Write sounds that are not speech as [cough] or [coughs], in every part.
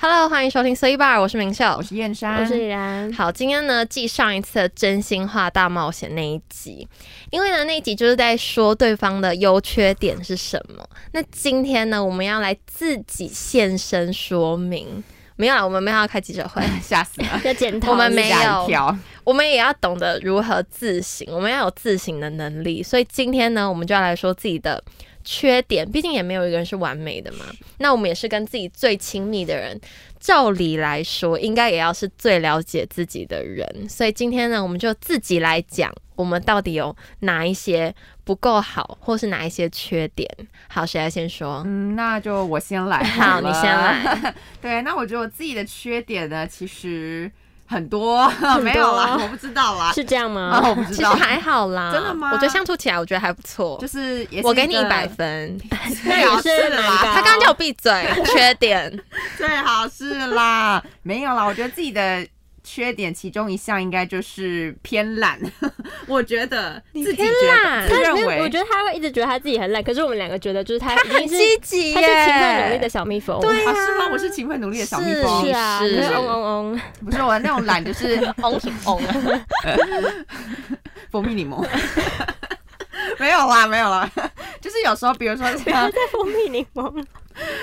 Hello，欢迎收听 C Bar，我是明秀我。是燕山，我是啊李然，好，今天呢，继上一次的真心话大冒险那一集，因为呢那一集就是在说对方的优缺点是什么。那今天呢，我们要来自己现身说明。没有啦，我们没有要开记者会， [laughs] 吓死了，要检讨我们一下没有吓一跳，我们也要懂得如何自省，我们要有自省的能力。所以今天呢，我们就要来说自己的缺点，毕竟也没有一个人是完美的嘛。那我们也是跟自己最亲密的人，照理来说应该也要是最了解自己的人。所以今天呢，我们就自己来讲，我们到底有哪一些不够好，或是哪一些缺点。好，谁来先说？嗯，那就我先来好了你先来。 [laughs] 对，那我觉得我自己的缺点呢，其实很多， [laughs] 没有啦，我不知道啦，是这样吗？啊，我不其知实道，还好啦，真的吗我觉得相处起来，我觉得还不错 [laughs] 就。是也是我给你一个啊百， [laughs] 分，最好是啦，他刚刚叫我闭嘴，缺点。 [laughs] 最好是啦，没有啦，我觉得自己的。缺点其中一项应该就是偏懒， [laughs] 我觉得自己偏觉得懒自认没有，我为觉得他会一直觉得他自己很懒，可是我们两个觉得就是他 [laughs] 已经是极他是勤奋努力的小蜜蜂，对啊啊是吗？我是勤奋努力的小蜜是蜂，是啊，是就是嗡嗡嗡，不是我那种懒，就是嗡什么嗡 [laughs] 啊？蜂蜜柠檬。 [laughs] 没有啦，没有啦， [laughs] 就是有时候，比如说 [laughs] 不要像再蜂蜜柠檬，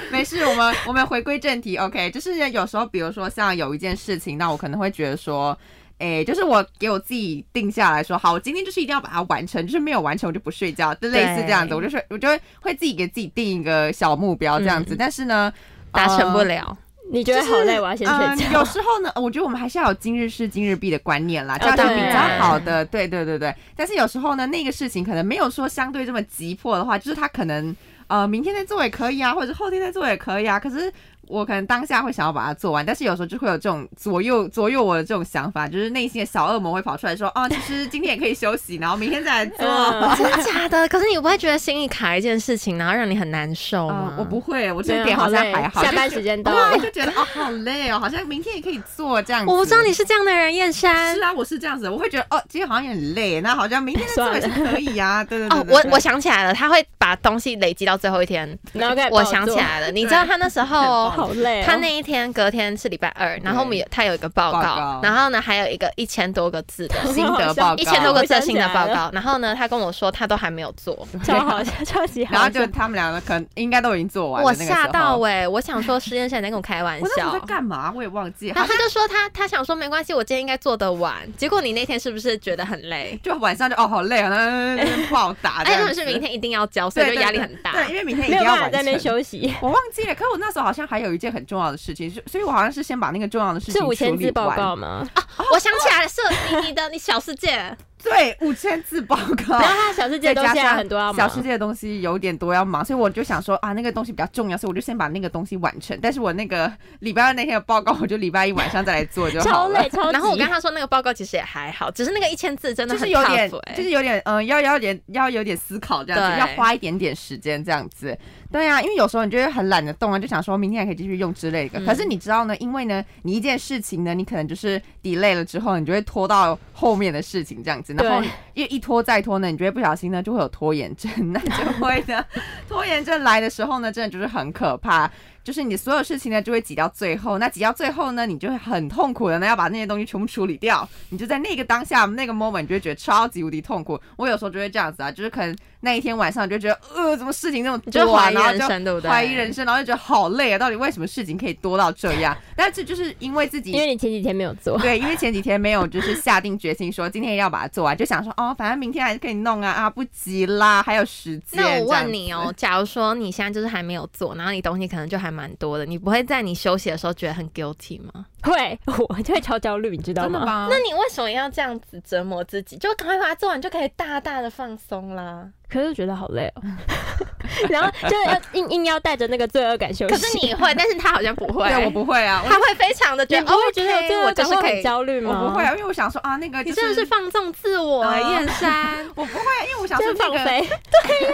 没事，我们我们回归正题，OK，就是有时候，比如说像有一件事情，那我可能会觉得说，诶，就是我给我自己定下来说，好，我今天就是一定要把它完成，就是没有完成我就不睡觉，就类似这样子，对我就是我就会会自己给自己定一个小目标这样子，但是呢，嗯达成不了。了，你觉得好累，我要先嗯，睡有觉。哦时候呢，我觉得我们还是要有今日事今日毕的观念啦，这样对是比较好的。对对对对，但是有时候呢，那个事情可能没有说相对这么急迫的话，就是他可能呃明天再做也可以啊，或者是后天再做也可以啊。可是我可能当下会想要把它做完，但是有时候就会有这种左右左右我的这种想法，就是内心的小恶魔会跑出来说，哦，其实今天也可以休息，然后明天再来做。 [laughs] 呃嗯哦真的假的？可是你不会觉得心里卡一件事情，然后让你很难受呃吗？我不，会，我没这有点好像累还好。下就 [laughs] 班是时间到哇，了，就觉得哦，好累哦，好像明天也可以做这样子。我不知道你是这样的人，燕山是。啊，我是这样子，我会觉得哦，今天好像有点累，那好像明天再做也是可以啊。对对对哦，对我对我想起来了，他会把东西累积到最后一天。然后开始我暴想起做，来了，你知道他那时候哦，好累哦，他那一天隔天是礼拜二，然后我们有他有一个报报告告，然后呢还有一个一千多个字的心得报告，一千多个字的我想起新的来报了告，然后呢他跟我说他都还没有做，[laughs] 超好笑，超级好笑，然后就他们两个可能应该都已经做完了。我那个时吓候到，哎、我想说实验室在跟我开玩我那时候笑在。干嘛？我也忘记，然好后他就说他他想说没关系，我今天应该做得完。结果你那天是不是觉得很累？就晚上就哦好累啊，嗯嗯不好打。而且这重样点子是明天一定要交，所以对就对压力很大。对，因为明天一没定有要办法完在那边成。休息，我忘记了，可我那时候好像还有一件很重要的事情，是所以我好像是先把那个重要的事情是处五理千字报完。告吗？哦我想起来了，是你你的你小世界，对，五千字报告然。后他的小世界哦再都加现在上很多要小忙世，界的东西有点多要忙，所以我就想说啊，那个东西比较重要，所以我就先把那个东西完成。但是我那个礼拜二那天的报告，我就礼拜一晚上再来做就好超了 [laughs] 累。超级。然后我跟他说那个报告其实也还好，只是那个一千字真的就是很有点 tough，欸，就是有点，嗯、要要有点要有点思考这样子，对要花一点点时间这样子。对啊，因为有时候你就会很懒得动啊，就想说明天还可以继续用之类的。嗯可是你知道呢，因为呢，你一件事情呢，你可能就是 delay 了之后，你就会拖到后面的事情这样子，然后对因为一拖再拖呢，你就会不小心呢就会有拖延症， [laughs] 那就会呢，拖延症来的时候呢，真的就是很可怕。就是你的所有事情呢，就会挤到最后。那挤到最后呢，你就会很痛苦的呢，要把那些东西全部处理掉。你就在那个当下那个 moment，你就会觉得超级无敌痛苦。我有时候就会这样子啊，就是可能那一天晚上就觉得，呃，怎么事情那么你多、就啊，怀疑然后人就生，对不对？怀疑人生，然后就觉得好累啊，到底为什么事情可以多到这 [laughs] 样？但这就是因为自己因为你前几天没有做， [laughs] 对，因为前几天没有就是下定决心说今天一定要把它做完，就想说哦，反正明天还是可以弄啊啊，不急啦，还有时间。那我这样问你哦，假如说你现在就是还没有做，然后你东西可能就还蛮多的，你不会在你休息的时候觉得很 guilty 吗？会我就会超焦虑，你知子，道真的吗？吗？那你为什么要这样子折磨自己？就赶快把它做完，就可以大大的放松啦。可是觉得好累哦，嗯 [laughs] 然后就是要硬硬要带着那个罪恶感休息。可是你会，但是他好像不会。对，我不会啊，我他会非常的觉你得，不哦会觉得有罪 OK，我恶就感是会可以很。焦虑吗？我不会，啊，因为我想说啊，那个嗯你就真的是放纵自我、欸，嗯燕 [laughs] 山。我不会，啊因为我想说真那放个 [laughs] 飞， [laughs]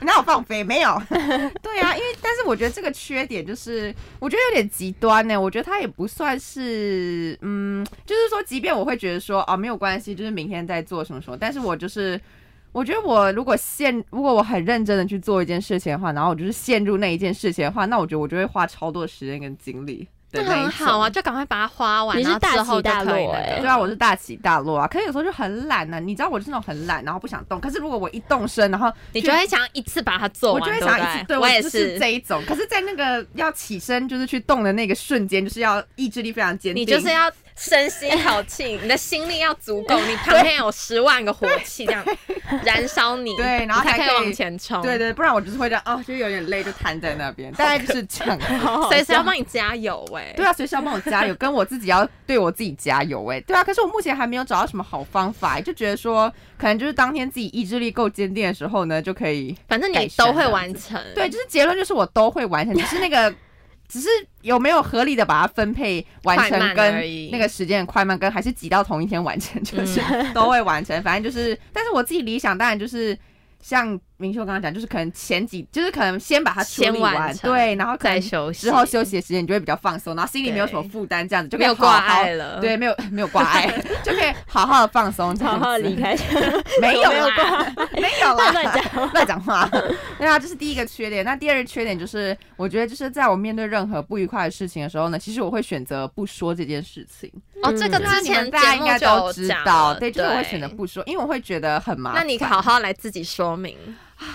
哪有放飞？[laughs] 没有。对啊，因为但是我觉得这个缺点就是，我觉得有点极端呢、我觉得它也不算是，嗯，就是说，即便我会觉得说，哦，没有关系，就是明天再做什么什么，但是我就是。我觉得我如果陷，如果我很认真的去做一件事情的话，然后我就是陷入那一件事情的话，那我觉得我就会花超多时间跟精力。的那那一很好啊，种。就赶快把它花完，你是然后之后就大起大可以落那欸个对啊，我是大起大落啊，可是有时候就很懒呢、你知道我是那种很懒，然后不想动。可是如果我一动身，然后你就会想要一次把它做我完，就会对想不要一直对对我也就是这一种。可是，在那个要起身就是去动的那个瞬间，就是要意志力非常坚定。你就是要深吸一口气，你的心力要足够，你旁边有十万个火气这样燃烧你，对然后你才才可以可以往前冲，对，对，不然我就是会这样哦，就有点累，就瘫在那边，大概就是这样。随时要帮你加油哎，对啊，随时要帮我加油，跟我自己要对我自己加油哎、对啊，可是我目前还没有找到什么好方法、欸就觉得说可能就是当天自己意志力够坚定的时候呢，就可以。反正你改善都会这样完成，对，就是结论就是我都会完成，只是 [laughs] 那个只是有没有合理的把它分配完快慢成，跟而已那个时间的快慢跟还是挤到同一天完成，就是嗯 [laughs] 都会完成。反正就是，但是我自己理想当然就是。像明秀刚刚讲，就是可能前几，就是可能先把它处先理完成对，然后可再能休息之后休息的时间，你就会比较放松，然后心里没有什么对负担，这样子就可没以有好挂好碍了，对，没有没有挂 [laughs] 碍，就可以好好的放松，这样好子好离，开，没有没有啦挂碍没 [laughs] 有啦， [laughs] 乱讲话 [laughs] 乱讲话。对啊，这是第一个缺点。那第二个缺点就是，我觉得就是在我面对任何不愉快的事情的时候呢，其实我会选择不说这件事情。哦，这个嗯那之你前们节大家应目该就都有知讲道，了，对，就是我会选择。不说，因为我会觉得很麻那烦。你好好来自己说明，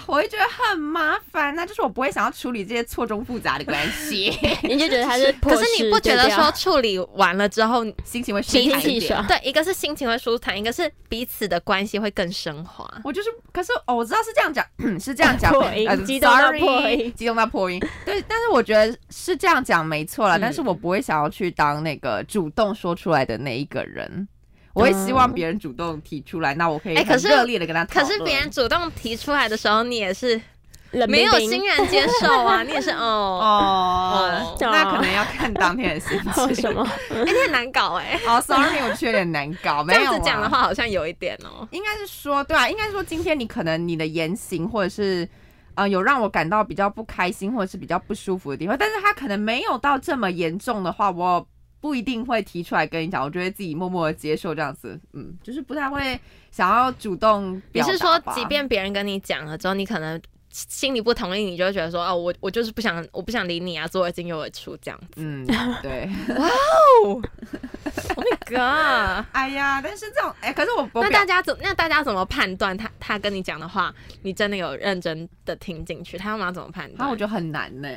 我会觉得很麻烦，那就是我不会想要处理这些错综复杂的关系， [laughs] 你就觉得他是破可事是对调，你不觉得说处理完了之后，心情会舒心坦情一气点爽。对，一个是心情会舒坦，一个是彼此的关系会更升华。 [laughs] 我就是，可是哦，我知道是这样讲， [coughs] 是这样讲，破音呃激动到 sorry，破音激动到破音。对，但是我觉得是这样讲没错啦，嗯但是我不会想要去当那个主动说出来的那一个人，我会希望别人主动提出来，那我可以哎可很是热烈的跟他讨可论。是别人主动提出来的时候，你也是冷没冰有冰欣然 [laughs] 接受啊，你也是哦，哦哦，那可能要看当天的心哦情。什么？哎你很难搞哎。哦，sorry，我确实有点难搞，这没有样子讲的啊话，好像有一点哦。应该是说，对啊，应该说今天你可能你的言行或者是。呃，有让我感到比较不开心或者是比较不舒服的地方，但是他可能没有到这么严重的话，我不一定会提出来跟你讲，我就会自己默默的接受这样子，嗯，就是不太会想要主动你表达吧。是说，即便别人跟你讲了之后，你可能心里不同意，你就会觉得说，哦，我我就是不想，我不想理你啊，左耳进右耳出这样子。嗯， [laughs] 对， Oh my god！哎呀，但是这种，哎、可是我我那表大家怎那大家怎么判断他他跟你讲的话，你真的有认真的听进去？他们要怎么判啊，断？我觉得很难 [laughs] 呢、，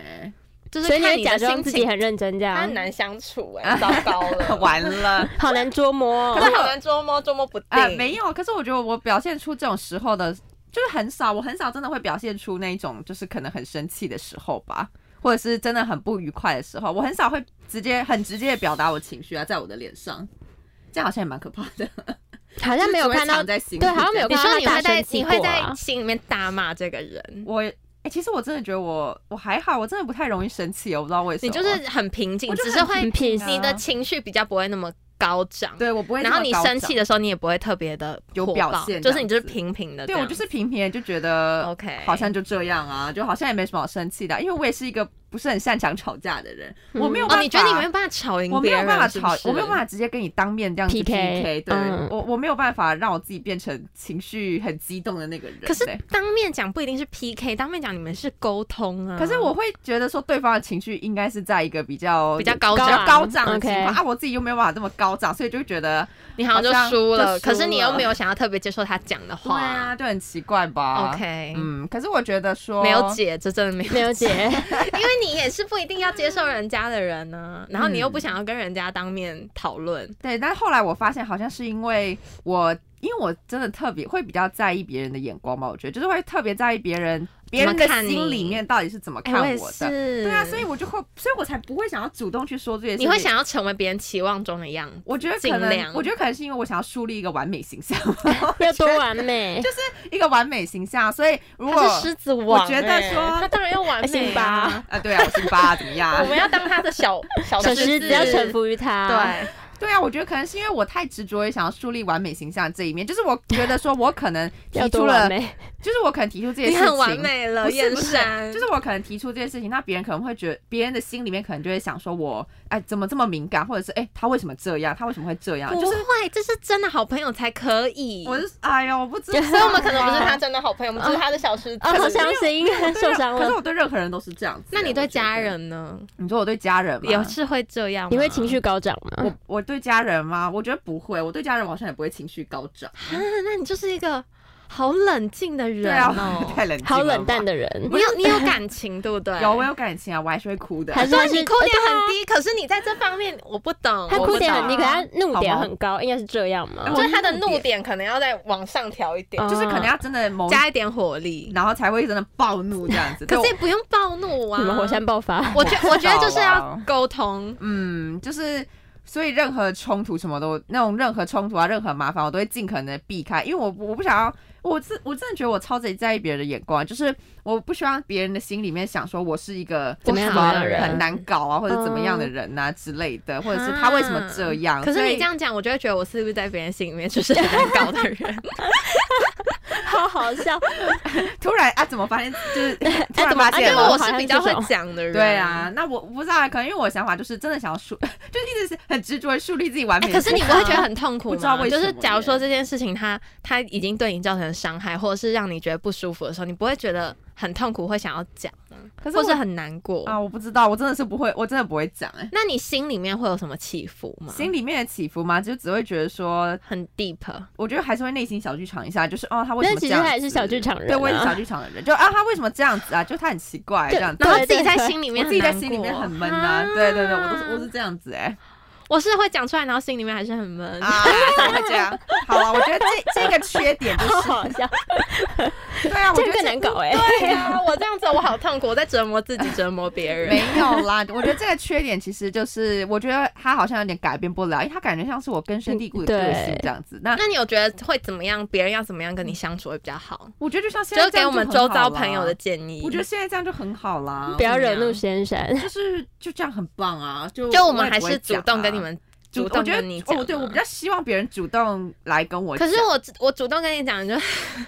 就是所以你看会你假的装心自己情，很认真这他样很，难相处哎、糟糕了 [laughs] 完了。好难捉摸哦。可是好难捉摸，捉摸不定。啊、没有，可是我觉得我表现出这种时候的，就是很少，我很少真的会表现出那一种，就是可能很生气的时候吧，或者是真的很不愉快的时候，我很少会直接很直接的表达我情绪啊，在我的脸上，这样好像也蛮可怕的，好像没有就是只会看到藏，在心里，对好像没有你说你会大在生气你过啊会在心里面大骂这个人，我。哎、其实我真的觉得我我还好，我真的不太容易生气，我不知道为什么。你就是很平静，我就只很是会很啊 peace 你的情绪比较不会那么高涨。对我不会这然么高后涨，你生气的时候，你也不会特别的有火表爆现就是你这就是样子平平的这对样。我就是平平的就觉得 OK 好像就这样啊，就好像也没什么好生气的，啊因为我也是一个不是很擅长吵架的人，我没有办哦，法。你觉得你没有办法吵赢我没别有人，办法是吵不，是我没有办法直接跟你当面这样子 PK PK，对、嗯我我没有办法让我自己变成情绪很激动的那个人。可是对当面讲不一定是 PK，当面讲你们是沟通啊。可是我会觉得说，对方的情绪应该是在一个比较比较高比较涨，高涨的情况 OK 啊，我自己又没有办法这么高涨，所以就会觉得你好像就输好了，像就输了可是你又没有想要特别接受他讲的对话。啊，就很奇怪吧。 OK，、嗯，可是我觉得说没有解，这真的哦没有，没有 [laughs] 解，因为你也是不一定要接受人家的人呢、然后你又不想要跟人家当面讨论。对，但后来我发现好像是因为我，因为我真的特别会比较在意别人的眼光吧，我觉得就是会特别在意别人别人的看你心里面到底是怎么哎、看我也我的。是，对啊，所以我就会，所以我才不会想要主动去说这些事情。你会，想要成为别人期望中的样子。我觉得可尽量能，我觉得可能是因为我想要树立一个完美形象， [laughs] 要多完美，一个完美形象，所以如果他是狮子王、我觉得说哎他当然要完美辛啊巴。 [laughs] 啊，对啊，我辛巴啊怎么样啊？我们要当他的小小小狮狮子要臣服于他。对，对啊，我觉得可能是因为我太执着于想要树立完美形象这一面，就是我觉得说我可 [laughs] 能提要出多了完，美，就是我可能提出这些你事情，很完美了，不是燕不是山，就是我可能提出这些事情，那别人可能会觉得，别人的心里面可能就会想说我，哎，怎么这么敏感，或者是哎，他为什么这样，他为什么会这样？不就是会，这是真的好朋友才可以。我是，哎呀，我不知道啊，所以我们可能不是 [laughs] 他真的好朋友，我们只是他的小狮子。哦，好伤心因为我，对受任伤可是了。我对任何人都是这样子。啊那你我对觉得家？人呢？你说我对家人吗也是会这样吗？你会情绪高涨吗？我我对家人吗？我觉得不会，我对家人我好像也不会情绪高涨。啊？那你就是一个好冷静的对人啊， [laughs] 哦。 [laughs] 太冷静了吧，好冷淡的嗯人，你有你有感情对不对？有我有感情啊，我还是会哭的。还是虽他然是啊你哭点很低，可是你在这方面我不懂，他我不哭点懂啊很低，可是他怒点好吗哦很高，应该是这样吗？就是他的怒点可能要再往上调一点，嗯就是可能要真的某，哦加一点火力。然后才会真的暴怒这样子。 [laughs] 可对是我也不用暴怒啊！你们火山爆发，我觉我觉得就是好要啊沟通，嗯，就是所以任何冲突什么都那种任何冲突啊，任何麻烦我都会尽可能的避开，因为我不我不想要，我是我真的觉得我超级在意别人的眼光，就是我不希望别人的心里面想说我是一个怎么样什么的人很难搞啊，或者怎么样的人呐、之类的，或者是他为什么这样？嗯可是所以你这样讲，我就会觉得我是不是在别人心里面就是很难搞的 [laughs] 人？ [laughs] 好好笑。突然啊，怎么发现 [laughs] 就是哎突然怎么发啊因现为了？我是比较会讲的人。对，啊，那我我不知道啊，可能因为我的想法就是真的想要树， [laughs] 就一直是很执着于树立自己完美哎，的可形是象。你不会觉得很痛苦不知道吗？为什就么是假如说耶这件事情它它已经对你造成伤害，或者是让你觉得不舒服的时候，你不会觉得很痛苦，会想要讲吗？可是或我是很难过？啊，我不知道，我真的是不会，我真的不会讲哎、那你心里面会有什么起伏吗？心里面的起伏嘛，就只会觉得说，很 deep，我觉得还是会内心小剧场一下，就是哦，他为什但么这其实样子？他也是小剧场人对，我也是小啊，剧场的人，就啊，他为什么这样子啊？就他很奇怪对这样子然。后自己对在对心里我面自己在难心里面过啊很闷啊呐、对对对，我都是我是这样子哎、我是会讲出来，然后心里面还是很闷。啊，怎么会这样？好了，我觉得这这个缺点就 [laughs] 好是，好笑，对啊，我这觉得个更难搞 [laughs] 哎。对 [laughs] 啊，我这样子我好痛苦，我在折磨自己，折磨别人。没有啦，我觉得这个缺点其实就是，我觉得他好像有点改变不了，因为他感觉像是我根深蒂固的个性这样子。[laughs] 那那你有觉得会怎么样？别人要怎么样跟你相处会比较好？我觉得就 [laughs] 像现就在是这给样我们就周很好啦遭朋友的，建议。我觉得现在这样就很啊好啦不，要惹怒仙山，就是就这样很棒啊。就就我我们也还不会是主讲动啊跟你。们主主我动觉得跟你讲嘛。啊哦，对我比较希望别人主动来跟我可讲，是我我主动跟你讲，你就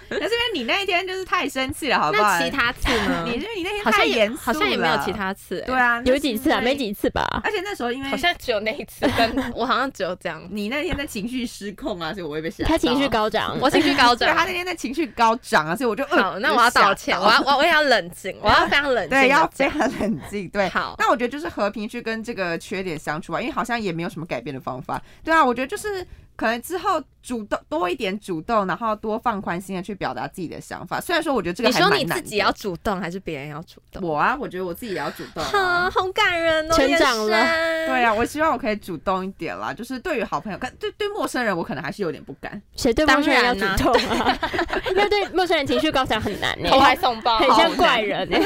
可是因为你那一天就是太生气了，好不好？那其他次呢？ [laughs] 你因为你那天好像太也严肃好像也没有了其，他次、欸对啊，有那几是次啊？因没为，几次吧。而且那时候因为好像只有那一次，跟 [laughs] 我好像只有这样。你那天的情绪失控啊，所以我会被吓到。他情绪高涨，我情绪高对 [laughs] 涨。他那天的情绪高涨啊，所以我就呃好，那我要道歉，我要我我也要冷 [laughs] 静，我要非常冷静。对要非常冷静，对。好那我觉得就是和平去跟这个缺点相处吧，因为好像也没有什么改变的方法。对啊，我觉得就是可能之后主动多一点主动，然后多放宽心的去表达自己的想法。虽然说我觉得这个你还说蛮你难自的己要主动还是别人要主动？我啊，我觉得我自己也要主动、啊，啊。好感人哦，成长了燕山对啊，我希望我可以主动一点啦。就是对于好朋友，可对对陌生人，我可能还是有点不敢。谁对陌生人要当主然啊动啊？ [laughs] 要对陌生人情绪高涨很难呢，欸送包很好像难怪人哎。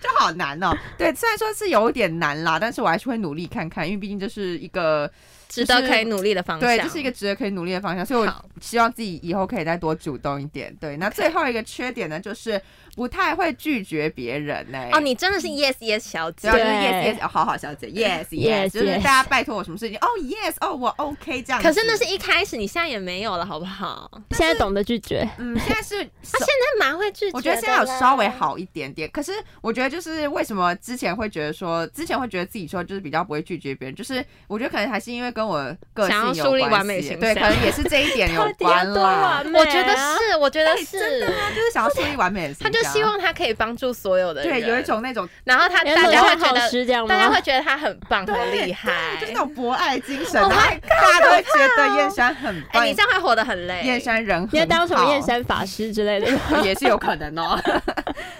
就好难哦。对，虽然说是有点难啦，但是我还是会努力看看，因为毕竟这是一个值得可以努力的方向。对，这是一个值得可以努力的方向，所以我好希望自己以后可以再多主动一点。对，那最后一个缺点呢，就是不太会拒绝别人呢、哦，你真的是 yes yes 小姐哎嗯对啊，。就是对 yes yes，、哦、好好小 [laughs] 姐，yes yes， Yes，就是 yes 大家拜托我什么事情，哦 yes，哦我 OK 这样子。可是那是一开始，你现在也没有了，好不好？现在懂得拒绝，嗯，现 [laughs] 在是那蛮会拒绝的啦。我觉得现在有稍微好一点点，可是我觉得就是为什么之前会觉得说，之前会觉得自己说就是比较不会拒绝别人，就是我觉得可能还是因为跟我个性有想要树立完美关系形对，可象能也是这一点有到底要关 [laughs] 多啦完。美啊？我觉得是，我哎觉得是，就是想要树立完美的形他象，就希望他可以帮助所有的人。啊对有一，种那种然后啊他要大冷家会饭觉好得，吃这样吗？大家会觉得他很棒，很厉哎对就害是那。种博爱精神， Oh 然后大家都会觉哦得燕山很哎，棒你，这样会活得很累。燕山人很好，你要当什么燕山法师之类的？ [laughs] 也是有可能哦。 [laughs]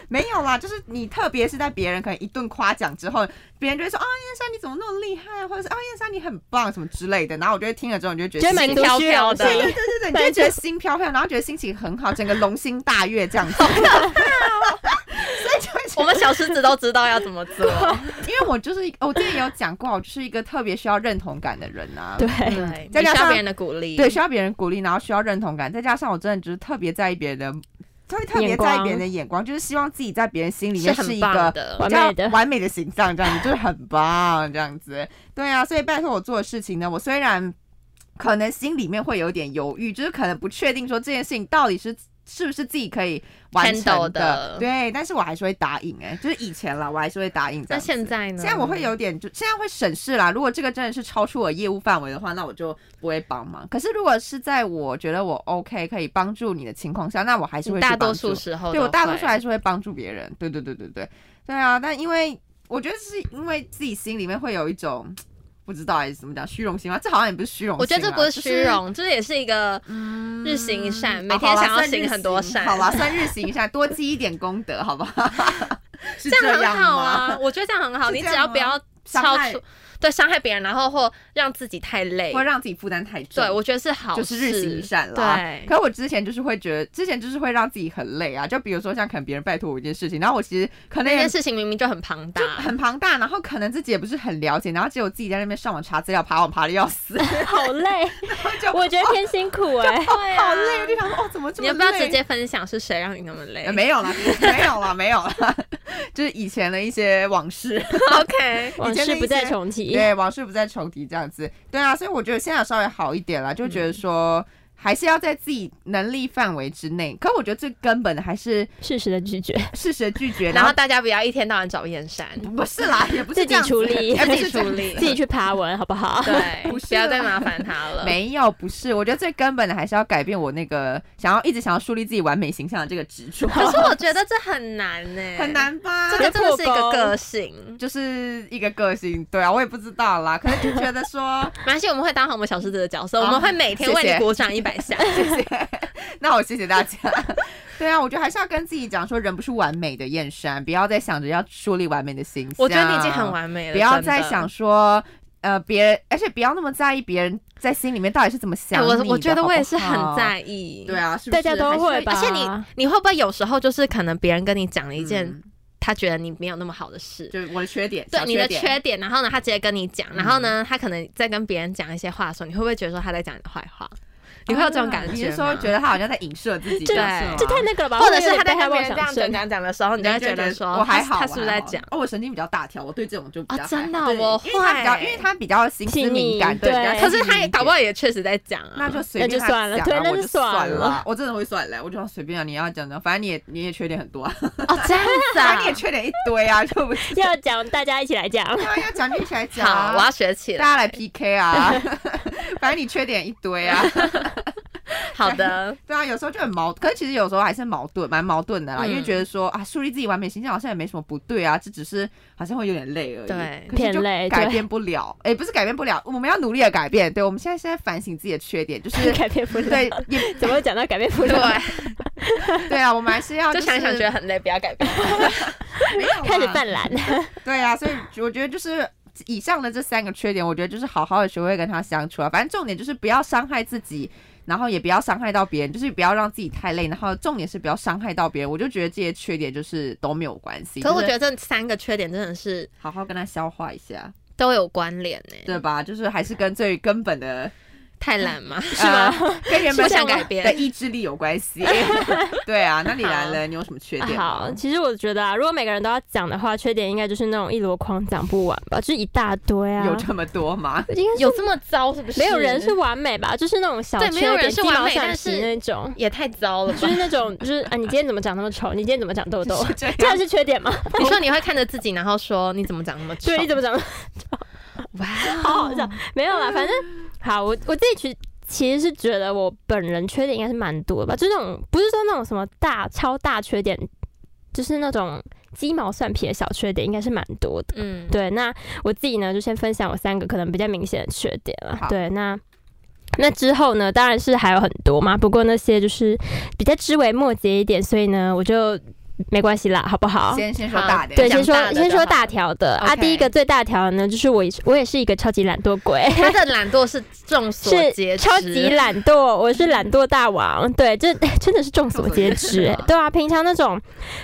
没有啦，就是你，特别是在别人可能一顿夸奖之后，别人就会说啊，燕山你怎么那么厉害，或者是啊，燕山你很棒什么之类的。然后我就会听了之后，你就会觉觉得得蛮心飘飘对对的对对对，你就会觉得心飘飘，然后觉得心情很好，整个龙心大悦这样子。所哦 [laughs] 以就会觉我得们小狮子都知道要怎 [laughs] 么做。因为我就是一个，我之前也有讲过，我就是一个特别需要认同感的人啊。 [laughs] 对，对，再哎你加需要上别人的鼓励。对，需要别人鼓励，然后需要认同感，再加上我真的就是特别在意别人的，特别特别眼在意光别人的眼光，就是希望自己在别人心里是面是很一棒个的。完比较美的完美的形象，这样子就是很棒，这样子。对啊，所以拜托我做的事情呢，我虽然可能心里面会有点犹豫，就是可能不确定说这件事情到底是是不是自己可以完成 Handle 的对，但是我还是会答应、哎，就是以前啦，我还是会答应这那样子。现在呢？现在我会有点就现在会审视啦，如果这个真的是超出我业务范围的话，那我就不会帮忙。可是如果是在我觉得我 OK 可以帮助你的情况下，那我还是你会去大多帮助数时候对我都大多会数还是会帮助别人。对对对对对，对啊。但因为我觉得是因为自己心里面会有一种不知道哎怎么讲虚荣心吗？这好像也不是虚荣心啦，啊我觉得这不是就虚。荣，这也是一个日行一善，每哦天好啦想要算日行很多行善，好吧，算日行一下，多积一点功德，好 [laughs] 不好？是这样样很好吗啊。我觉得这样很好，是你这只要样不要伤超害出对伤害别人，然后或让自己太累会，让自己负担太重。对我觉得是好就事，是日行一善啦。对，可是我之前就是会觉得，之前就是会让自己很累啊。就比如说像可能别人拜托我一件事情，然后我其实可能那也件事情明明就很庞哎就大，很庞大，然后可能自己也不是很了解，然后结果自己在那边上网查资料，爬网爬的要死， [laughs] 好 [laughs] 累，就哦我觉得偏辛 [laughs] 苦哎、对啊好累。我就想说，哦，怎么这你么累？要不要直接分享是谁让你那么累呃？没有啦，没有啦，没有啦， [laughs] 就是以前的一些往 [laughs] 事， [laughs] ，OK，往事不再重提。对，往事不再重提这样子。对啊，所以我觉得现在稍微好一点啦，就嗯觉得说。还是要在自己能力范围之内，可我觉得最根本的还是适时的拒绝，适时地拒绝，然后大家不要一天到晚找燕山， [laughs] 不是啦，也不是自己这样子处理哎不自是己处理这样自子己去爬文好不好？对，[laughs] [laughs] 不不是要再啦麻烦他了。 [laughs] 没有，不是，我觉得最根本的还是要改变我那个想要一直想要树立自己完美形象的这个执 [laughs] 着，可是我觉得这很难呢、很，难啊吧？这个真的是一破个功个性。就是一个个性，对啊，我也不知道啦，可能就觉得 [laughs] 说， [laughs] 没关系，我们会当好我们小狮子的角色，好我们会每天为哦谢你谢鼓掌一百 [laughs] 下。那我谢谢大家。对啊，我觉得还是要跟自己讲说，人不是完美的燕山，不要再想着要树立完美的形象。我觉得你已经很完美了，不要哎真的再想。说。呃，别人，而且不要那么在意别人在心里面到底是怎么哎、想你的、我我觉得我也是好不很好在意。对。啊，是不 [laughs] 大是家都会吧？而且你你会不会有时候就是可能别人跟你讲了还是一会件、嗯他觉得你没有那么好的事，就是我的缺点，对小你的点嗯缺点，然后呢他直接跟你讲，然后呢他可能在跟别人讲一些话的时候，你会不会觉得说他在讲你的坏话？你会有这种感觉吗？啊你是说觉得他好像在影射自己，这样子吗这太那个了吧？或者是会不嗯他在跟会有点别被人这害妄样想讲症讲讲的时候，你就会觉得说我还好，他是他是不是我还在好讲？哦，我神经比较大条，我对这种就比啊较真的啊对我因为他比较，会因为他比较心思细腻敏感，对，对比较可是他也细腻一点搞不好也确实在讲啊，那就随便那就算了他讲啊对那我就就算算了了，我真的会算了，我就想随便啊，你要讲的，反正你也你也缺点很多啊，哦这 [laughs] 样子反啊正你。也缺点一堆啊，就不是要讲，大家一起来讲。对啊，要讲就一起来讲好，我啊，要学起来。大家来 PK 啊， [laughs] 反正你缺点一堆啊。好 [laughs] 的，对啊，有时候就很矛，可是其实有时候还是矛盾，蛮矛盾的啦，嗯因为觉得说啊，树立自己完美形象好像也没什么不对啊，这只是好像会有点累而已，对可是就偏累改对变不了，哎，不是改变不了，我们要努力的改变，对，我们现在是在反省自己的缺点，[laughs] 就 [laughs] 是 [laughs] 改变不了，对，也怎么会讲到改变不对，了？对啊，我们还是 [laughs] 要就是想一想觉得很累，不要改变。没有啊开始犯懒，对啊，所以我觉得就是。以上的这三个缺点，我觉得就是好好的学会跟他相处啊。反正重点就是不要伤害自己，然后也不要伤害到别人，就是不要让自己太累。然后重点是不要伤害到别人。我就觉得这些缺点就是都没有关 [laughs] 系。可是我就是觉得这三个缺点真的是好好跟他消化一下，都有关联呢、对吧？就是还是跟最根本的太懒吗？是吗、呃跟原本不想改变的意志力有关系。 [laughs] 对啊，那李然呢？你有什么缺点吗好，？其实我觉得啊，如果每个人都要讲的话，缺点应该就是那种一箩筐讲不完吧，就是一大堆啊。有这么多吗？应该 [laughs] 有这么糟是不是？没有人是完美吧？就是那种小对缺没有人点、是鸡完毛美蒜但是皮那种，也太糟了吧就？是那种就是啊，你今天怎么长那么丑？你今天怎么长痘痘？是这样这样是缺点吗？ [laughs] 你说你会看着自己，然后说你怎么长那么丑？对，你怎么么长？哇？ [laughs] 好好笑，没有啦，反正好，我我自己其其实是觉得我本人缺点应该是蛮多的吧，就是那种不是说那种什么大超大缺点，就是那种鸡毛蒜皮的小缺点，应该是蛮多的。嗯，对，那我自己呢，就先分享我三个可能比较明显的缺点了好。对，那那之后呢，当然是还有很多嘛，不过那些就是比较枝微末节一点，所以呢，我就没关系啦，好不好？ [laughs] 先先说好大的，对，讲先说大的先就说好大条的啊， OK 第一个最大条的呢，就是我也是我也是一个超级懒惰鬼。他的懒惰是众所是皆知，超级懒惰，我是懒惰大王，对，这真的是众所皆知、哎对啊，平常那种，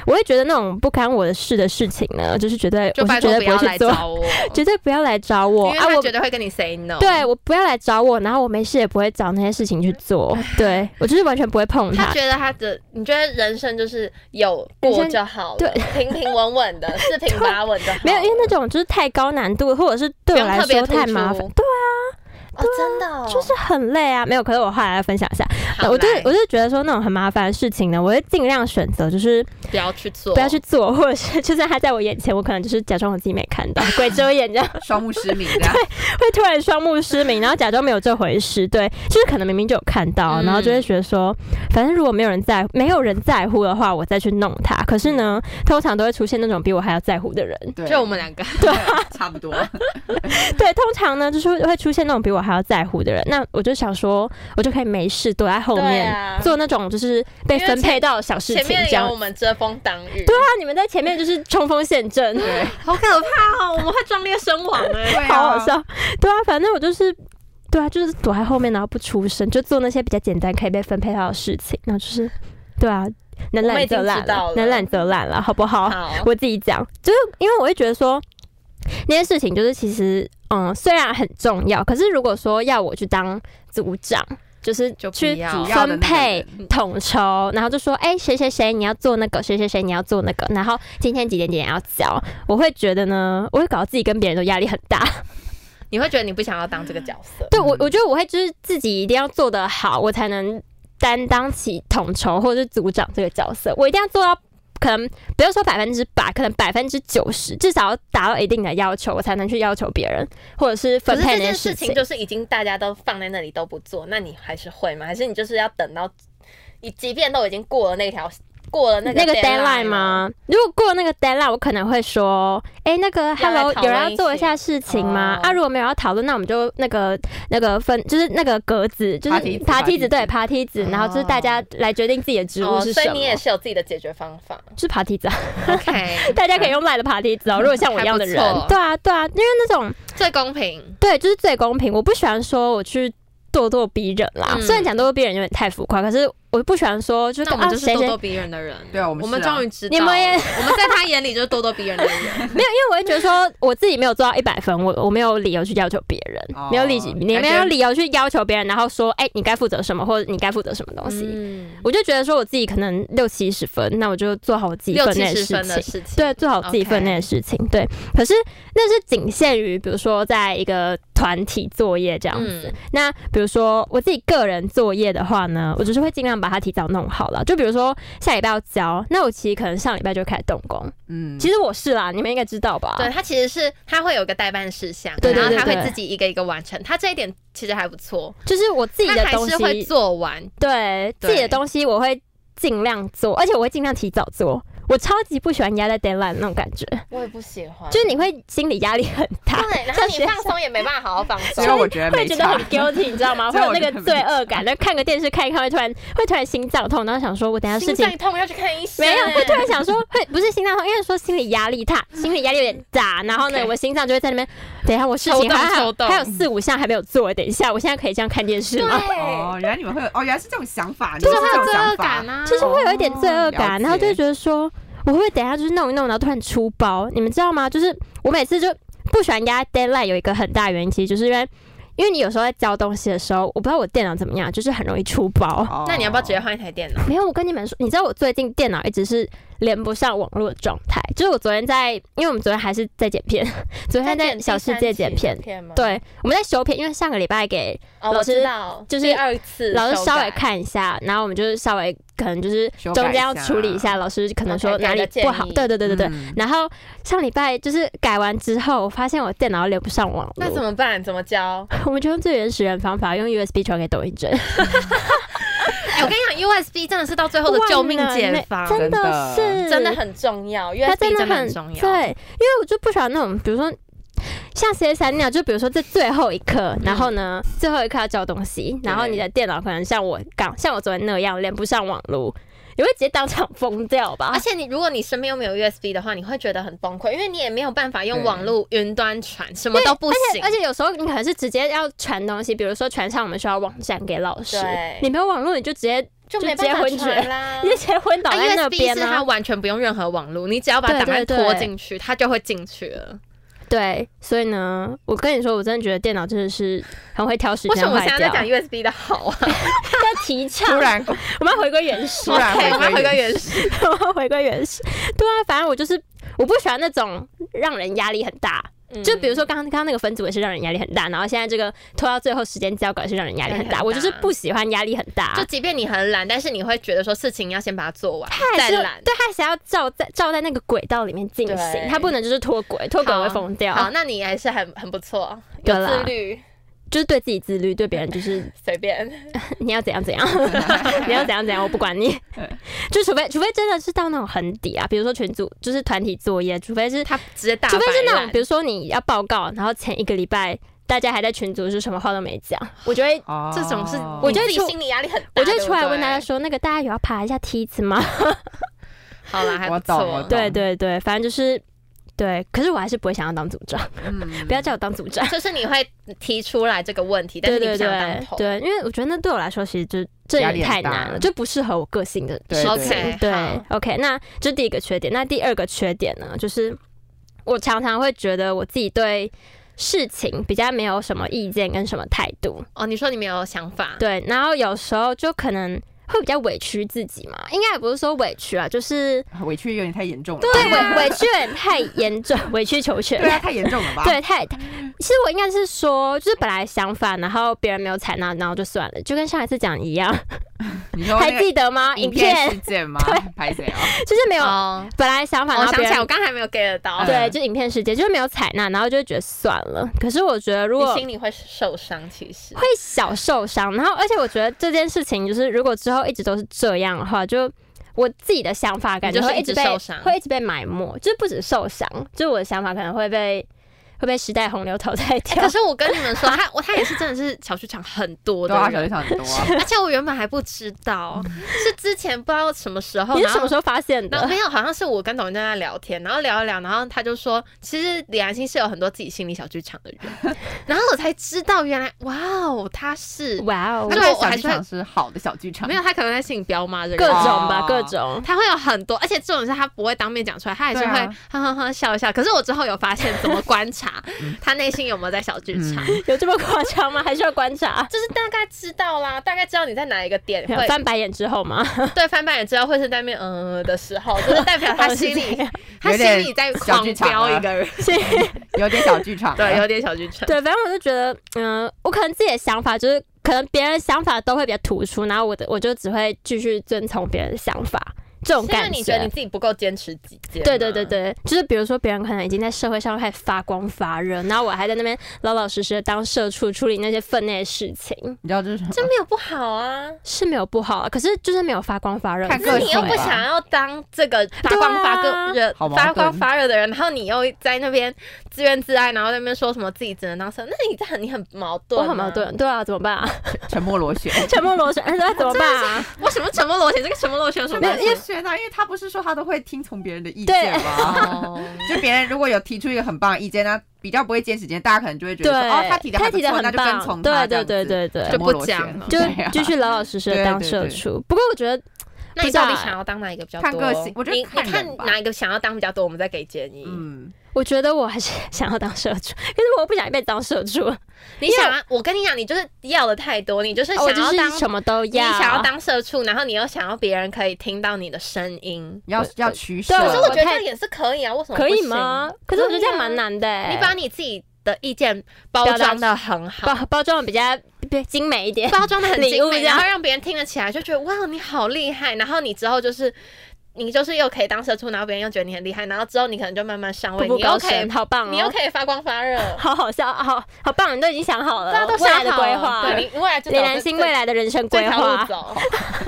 我会觉得那种不干我的事的事情呢，就是绝对就我拜是绝托对不不要会来去做，找 [laughs] 我，绝对不要来找我因为啊！他嗯我绝对会跟你 say no。对我不要来找我，然后我没事也不会找那些事情去 [laughs] 做，对我就是完全不会碰它他。觉得他的，你觉得人生就是有过就好了，人平平稳稳 [laughs] 的，四平八稳就好。没有，因为那种就是太高难度，或者是对我来不用特别突说出太麻烦。对啊，哦，真的哦、就是很累啊。没有，可是我后来来分享一下，好我就来我就觉得说那种很麻烦的事情呢，我会尽量选择就是不要去做，不要去做，或者是 [laughs] 就算他在我眼前，我可能就是假装我自己没看到，鬼遮眼这样，双目失明这样，会突然双目失明，然后假装没有这回事。对，就是可能明明就有看到，嗯然后就会觉得说，反正如果没有人在，没有人在乎的话，我再去弄他。可是呢，通常都会出现那种比我还要在乎的人。 [laughs] 对，就我们 [laughs] 两个，对，差不多，对，通常呢就是会出现那种比我还要在乎的人。那我就想说，我就可以没事躲在后对面、啊做那种就是被分配到的小事前情面这样有我。们遮风挡雨，对啊，你们在前面就是冲锋 [laughs] 陷阵。对，好可怕哦，我们会壮烈身亡哎、对啊好好笑。对啊，反正我就是，对啊，就是躲在后面，然后不出声，就做那些比较简单可以被分配到的事情。然后就是，对啊，能我们懒已经则懒知道了了，能懒则懒了，好不好？好，我自己讲，就是因为我会觉得说那些事情，就是其实，嗯，虽然很重要，可是如果说要我去当组长，就是就不去要主要的分那个配人嗯统筹，然后就说，哎、谁谁谁你要做那个，谁谁谁你要做那个，然后今天几点几点要交，我会觉得呢，我会搞得自己跟别人都压力很大。你会觉得你不想要当这个角色，对我，嗯我觉得我会就是自己一定要做得好，我才能担当起统筹或者是组长这个角色。我一定要做到，可能不要说百分之百，可能百分之九十，至少要达到一定的要求，我才能去要求别人，或者是可分是这配那些件事情情。就是已经大家都放在那里都不做，那你还是会吗？还是你就是要等到，你即便都已经过了那条，过了那个那个 deadline deadline 了？吗？如果过那个 deadline，我可能会说，哎、那个要来 hello，讨有论人要一做一起下事情吗？哦啊，如果没有要讨论，那我们就那个那个分，就是那个格子，就爬是梯子爬爬梯梯子，子对，爬梯子，然后就是大家来决定自己的职务哦，是所什以么。你也是有自己的解决方 [laughs] 法。就是爬梯子啊， OK，大家可以用赖的爬梯子哦。如果像我一样的人还不，错对啊，对啊，因为那种最公平。对，就是最公平。我不喜欢说我去咄咄逼人啦，嗯虽然讲咄咄逼人有点太浮夸，可是我不喜欢说就是那我啊们就是谁咄谁，因咄逼人的人。对啊我我们们是啊终于知道，你们也我们在他眼里就是咄咄逼人的 [laughs] 人。为我会觉得说我自己没有做到一百分，我我没有理由去要求别人，哦没有理你感没觉有理由去要求别人，然后说哎、你该负责什么或者你该负责什么东西。嗯，我就觉得说我自己可能六七十分，那我就做好我自己六分七内的十事分情的。事情，对，做好自己分内的 OK 事情。对，可是那是仅限于，比如说在一个团体作业这样子。嗯那比如说我自己个人作业的话呢，我就是会尽量把它提早弄好了。就比如说下礼拜要交，那我其实可能上礼拜就开始动工。嗯，其实我是啦，你们应该知道吧？对，他其实是他会有一个代办事项，对对然后他对会对自己一个一个完成。他这一点其实还不错，就是我自己他的还东是会西，做完。对对自己的东西我会尽量做，而且我会尽量提早做。我超级不喜欢压在 deadline 那种感觉， [laughs] 我也不喜欢就是你会心理压力很大。 [laughs] 对，然后像你学放生松也没办法好好放所松以。我觉得会没觉得差很。guilty，你知道 [laughs] 吗？会这有我那觉得个很罪没恶感，就看个电视看一看，会突然会突然心脏痛，然后想说，我等一下事心情脏痛要去看医生，欸没有，会突然想说，会不是心脏痛，因为说心理压力大，心理压力有点大，然后呢， OK 我心脏就会在那边，等一下我事抽情动还还有抽动还有四五项还没有做，等一下我现在可以这样看电视吗？对，啊哦，原来你们会有哦，原来是这种想法，你就们是是会有这种罪恶想感法，啊，就是会有一点罪恶感，哦了解然后就会觉得说，我会不会等一下就是弄一弄，然后突然出包？你们知道吗？就是我每次就不喜欢压 deadline，有一个很大原因，其实就是因为。因为你有时候在交东西的时候，我不知道我电脑怎么样，就是很容易出包。[laughs] 哦那你要不要直接换一台 [laughs] 电脑？没有，我跟你们说，你知道我最近电脑一直是连不上网络的状态，就是我昨天在，因为我们昨天还是在剪片， [laughs] 昨天在小世界剪片，片吗？，对，我们在修片，因为上个礼拜给哦，老我师知道，就是第二次老师修稍改微看一下，然后我们就是稍微可能就是修中改一下间要处理一下，老师可能说 OK，哪里给个建不好，议对对对对对。嗯然后上礼拜就是改完之后，我发现我电脑连不上网络，那怎么办？怎么 [laughs] 教？我们就用最原始人方法，用 USB 传给抖音真，哎我跟你讲，USB 真的是到最后 [laughs] 的救命解方，万能真的真是真的很重要它，USB 真的真的很很重要。对，啊因为我就不喜欢那种，比如说像 CS 三那样，就比如说在最后一刻，然后嗯呢，最后一刻要交东西，然后你的电脑可能像我刚像我昨天那样连不上网络，你会直接当场疯掉吧而？且你如果你身边又没有 USB 的话，你会觉得很崩溃，因为你也没有办法用网络云端传，什么都不行嗯而。且有时候你可能是直接要传东西，比如说传上我们学校网站给老师对，你没有网络你就直接就没办法就直接昏厥传啦 [laughs] 你。就直接昏倒啊在那 USB 边是呢、它完全不用任何网络，你只要把对档案对拖对进去，它就会进去了。对，所以呢，我跟你说，我真的觉得电脑真的是很会挑时为什间么我坏现在掉在。讲 USB 的好啊在 [laughs] 提倡，突然我们要回归原始突。然？OK，我们回归回归原原始。我要回归原始。对啊，反正我就是我不喜欢那种让人压力很大，嗯就比如说刚刚刚刚那个分组也是让人压力很大，然后现在这个拖到最后时间交稿也是让人压力很压力很大。大我就是不喜欢压力很大，就即便你很懒，但是你会觉得说事情要先把它做完，他还再是懒。对，他还是要照在照在那个轨道里面进行对，他不能就是脱轨，脱轨好会疯掉。好，那你还是很很不错，有对啊啦自律，就是对自己自律，对别人就是 [laughs] 随便。你要怎样 [laughs] 怎样，你要怎样怎样，我不管你。就除非除非真的是到那种很底啊，比如说群组就是团体作业，除非是他直接大摆除烂，非是那种比如说你要报告，然后前一个礼拜大家还在群组是什么话都没讲，我就会。哦这种是，我觉得你自己出心理压力很大。我就会出来对不对问大家说，那个大家有要爬一下梯子吗？好了，还不我懂错我懂对对对，反正就是对，可是我还是不会想要当组长，嗯不要叫我当组长。就是你会提出来这个问题，但对是你不对想当对头。对，因为我觉得那对我来说，其实就这压也力很太大难了，就不适合我个性的对对 OK，对好，OK，那这第一个缺点。那第二个缺点呢，就是我常常会觉得我自己对事情比较没有什么意见跟什么态度，哦，你说你没有想法，对，然后有时候就可能会比较委屈自己嘛，应该也不是说委屈啊，就是委屈有点太严重了，对啊委委屈有点太严重，委曲求全。对啊，太严重了吧？对，太太，嗯其实我应该是说，就是本来想法，然后别人没有采纳，然后就算了，就跟上一次讲一样，你哦说还那个记得吗？影影片片事件吗？拍谁啊？就是没有、哦，本来想法，然我后想嗯别起人来，我刚才没有 get 到，对，就影片世界就是没有采纳，然后就会觉得算了。可是我觉得如你果心里会受伤，其实会小受伤，然后而且我觉得这件事情就是如果之后一直都是这样的话，就。我自己的想法感觉你就是会一直被受伤会一直被埋没，就是不止受伤，就是我的想法可能会被会被时代洪流淘汰哎掉。 [laughs] 可是我跟你们说，他我他也是真的是小剧场很多对啊，的小剧人，场很多啊。而且我原本还不知 [laughs] 道，是之前不知道什么时候，你是然什后么时候发现 [laughs] 然后的？没有，好像是我跟董文正在聊天，然后聊一聊，然后他就说，其实李兰心是有很多自己心理小剧场的人， [laughs] 然后我才知道原来，哇哦，他是哇哦那他就觉得我还小剧是场是好的小剧场，没有，他可能在性彪骂这各个人。种吧哦，各种。他会有很多，而且这种事他不会当面讲出来，他还是对会啊哼哼哼笑一笑。可是我之后有发现，怎么观 [laughs] 察嗯他内心有没有在小剧场，嗯有这么夸张吗？还需要观察？就是大概知道啦，大概知道你在哪一个点没有会翻白眼之后吗？对翻白眼之后会是在面嗯、呃、的时候，就是代表他哦是 [laughs] 心这里样他 [laughs] 有心点里在小狂剧场飙啊一个人， [laughs] 所以有点小剧场啊。对，有点小剧场。 [laughs] 对，反正我就觉得，嗯、我可能自己的想法就是，可能别人的想法都会比较突出，然后我的我就只会继续遵从别人的想法，这种是因为感你觉得你觉。自己不够坚持己见。对对对。对，就是比如说别人可能已经在社会上开始发光发热，然后我还在那边老老实实的当社畜，处理那些分内的事情，你知道这是什么？这没有不好啊，是没有不好啊，可是就是没有发光发热。看那个你性啊又不吧想要当这个发光发对个啊热、好矛发光盾发热的人，然后你又在那边自怨自艾，然后在那边说什么自己只能当生，那你这很你很矛盾、我很矛。盾，对啊，怎么办啊？ [laughs] 沉默螺旋。沉默螺旋， [laughs] 那怎么办啊？为什么沉默螺旋？这个沉默螺旋有什么没有关系？ [laughs] 螺旋啊，因为他不是说他都会听从别人的意对见 [laughs] 吗？哦，就别人如果有提出一个很棒的意见，那比较不会坚持间，大家可能就会觉对，得说，哦，他提的他还不提的错，那很就跟棒，从对他对对，对对就这样子，沉不默螺讲旋了就对啊继续老老实实的对当对社对畜。不过我觉得那你不知道到底想要当哪一个比较多？看个性我觉得你看你人看吧哪一个想要当比较多，我们再给建议。嗯，我觉得我还是想要当社畜， [laughs] 可是我不想一辈子当社畜，你想啊，我跟你讲，你就是要的太多，你就是想哦我就要当是什么都你要。想要当社畜，然后你又想要别人可以听到你的声音，要对要对取舍对。可是我觉得太这也是可以啊，为什么可不以行吗？哎可是我觉得这样蛮难的、欸你把你自己的意见包装的很好，包包装得比较对精美一 [laughs] 点，包装的很 [laughs] 精礼物美，这然样后让别人听了起来就觉得哇，你好厉害。然后你之后就是。你就是又可以当社畜，然后别人又觉得你很厉害，然后之后你可能就慢慢上步位，步你又高可以升，，好棒你又哦！可以发光发热，好好笑，好好棒，你都已经想好了，大家都呃未来想的好规了划，对你未 [laughs] 来就李走兰这心这未来的人生这规条划路。走， [laughs]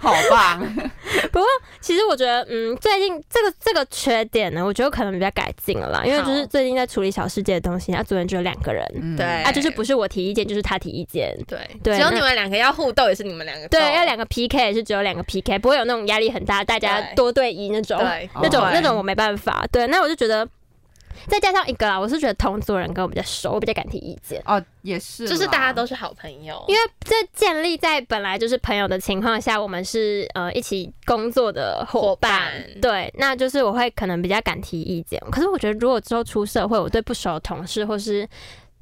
好棒， [laughs] 不过，其实我觉得，嗯，最近这个这个缺点呢，我觉得可能比较改进了啦，因为好就是最近在处理小世界的东西，啊，组员只有两个人，嗯对啊，就是不是我提意见，就是他提意见。对，对只有那你们两个要互斗，也是你们两个对，斗要两个 PK 也是只有两个 PK，不会有那种压力很大，大家对多对一那种，对那种对那种我没办法。对，那我就觉得再加上一个啦，我是觉得同组人跟我比较熟，我比较敢提意见，哦，也是啦，就是大家都是好朋友，因为这建立在本来就是朋友的情况下，我们是呃一起工作的伙伴，伙伴对，那就是我会可能比较敢提意见。可是我觉得如果之后出社会，我对不熟的同事或是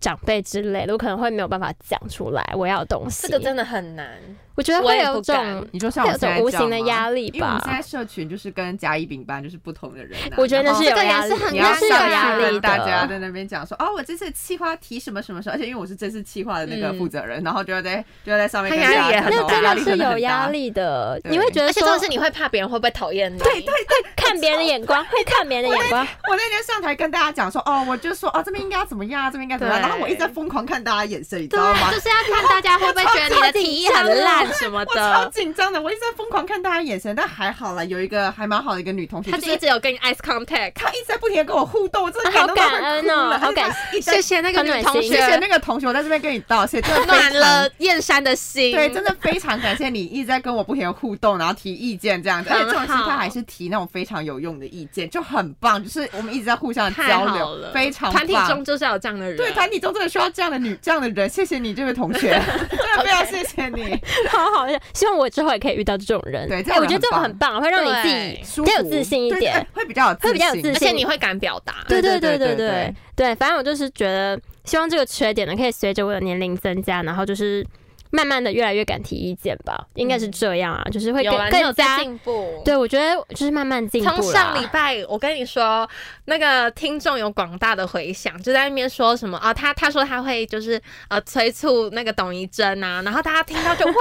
长辈之类的，我可能会没有办法讲出来我要的东西。这个真的很难。我觉得我会也有不种敢你说像我会有现在种无这形的样吗压力因为我们现吧在。社群就是跟甲乙丙班就是不同的人啊、我觉得然那后是哦这有个也压是力，很你压要那是有上去压力跟的。大家 [laughs] 在那边讲说，哦，我这次企划提什么什么什么，而且因为我是这次企划的那个嗯负责人，然后就要在就要在上面他跟压力大也家很讲大说真压的力是真的有很压大力的，对你会觉得而且重说点是你会怕别人会不会讨厌你？对对看别人的眼光，会看别人的眼光， [laughs] 我那天上台跟大家讲说，哦，我就说，哦，这边应该要怎么样，这边应该怎么样，对然后我一直在疯狂看大家眼神，你知道吗 [laughs] 对，就？是要看大家会不会觉得你的提议很啊烂什么我超的。紧张的，我一直在疯狂看大家眼神，但还好啦，有一个还蛮好的一个女同学，他就是就一直有跟你 eyes contact。她一直在不停的跟我互动，我真的啊好动到快感恩哭哦了好感，一直在 [laughs] 谢谢那个很暖女心同谢谢学，那个同学，我在这边跟你道谢，真的 [laughs] 非暖常了燕山的心。对，真的非常感谢你一直在跟我不停的互动，然后提意见这样子，而且这种很是好他还是提那种非常有用的意见，就很棒，就是我们一直在互相太交好流了，，非常团体棒中就是要有这样的人。对，团体中真的需要这样的女 [laughs] 这样的人，谢谢你这位同学，真的非常谢谢你。 [laughs] 好好笑。希望我之后也可以遇到这种人。对这哎种我觉人得这种很很棒，会让你自己对舒比较有服自信一对点对会比较有会比较有自而信且你会敢表达。对对对对对对对对，反正我就是觉得，希望这个缺点呢，可以随着我的年龄增加，然后就是慢慢的越来越敢提意见吧，应该是这样啊，就是会嗯有啊，更你有更在加。进步。。对，我觉得就是慢慢进步啦从上礼拜，我跟你说，那个听众有广大的回响，就在那边说什么啊，他他说他会就是呃催促那个董一真啊，然后大家听到就 [laughs] 哇，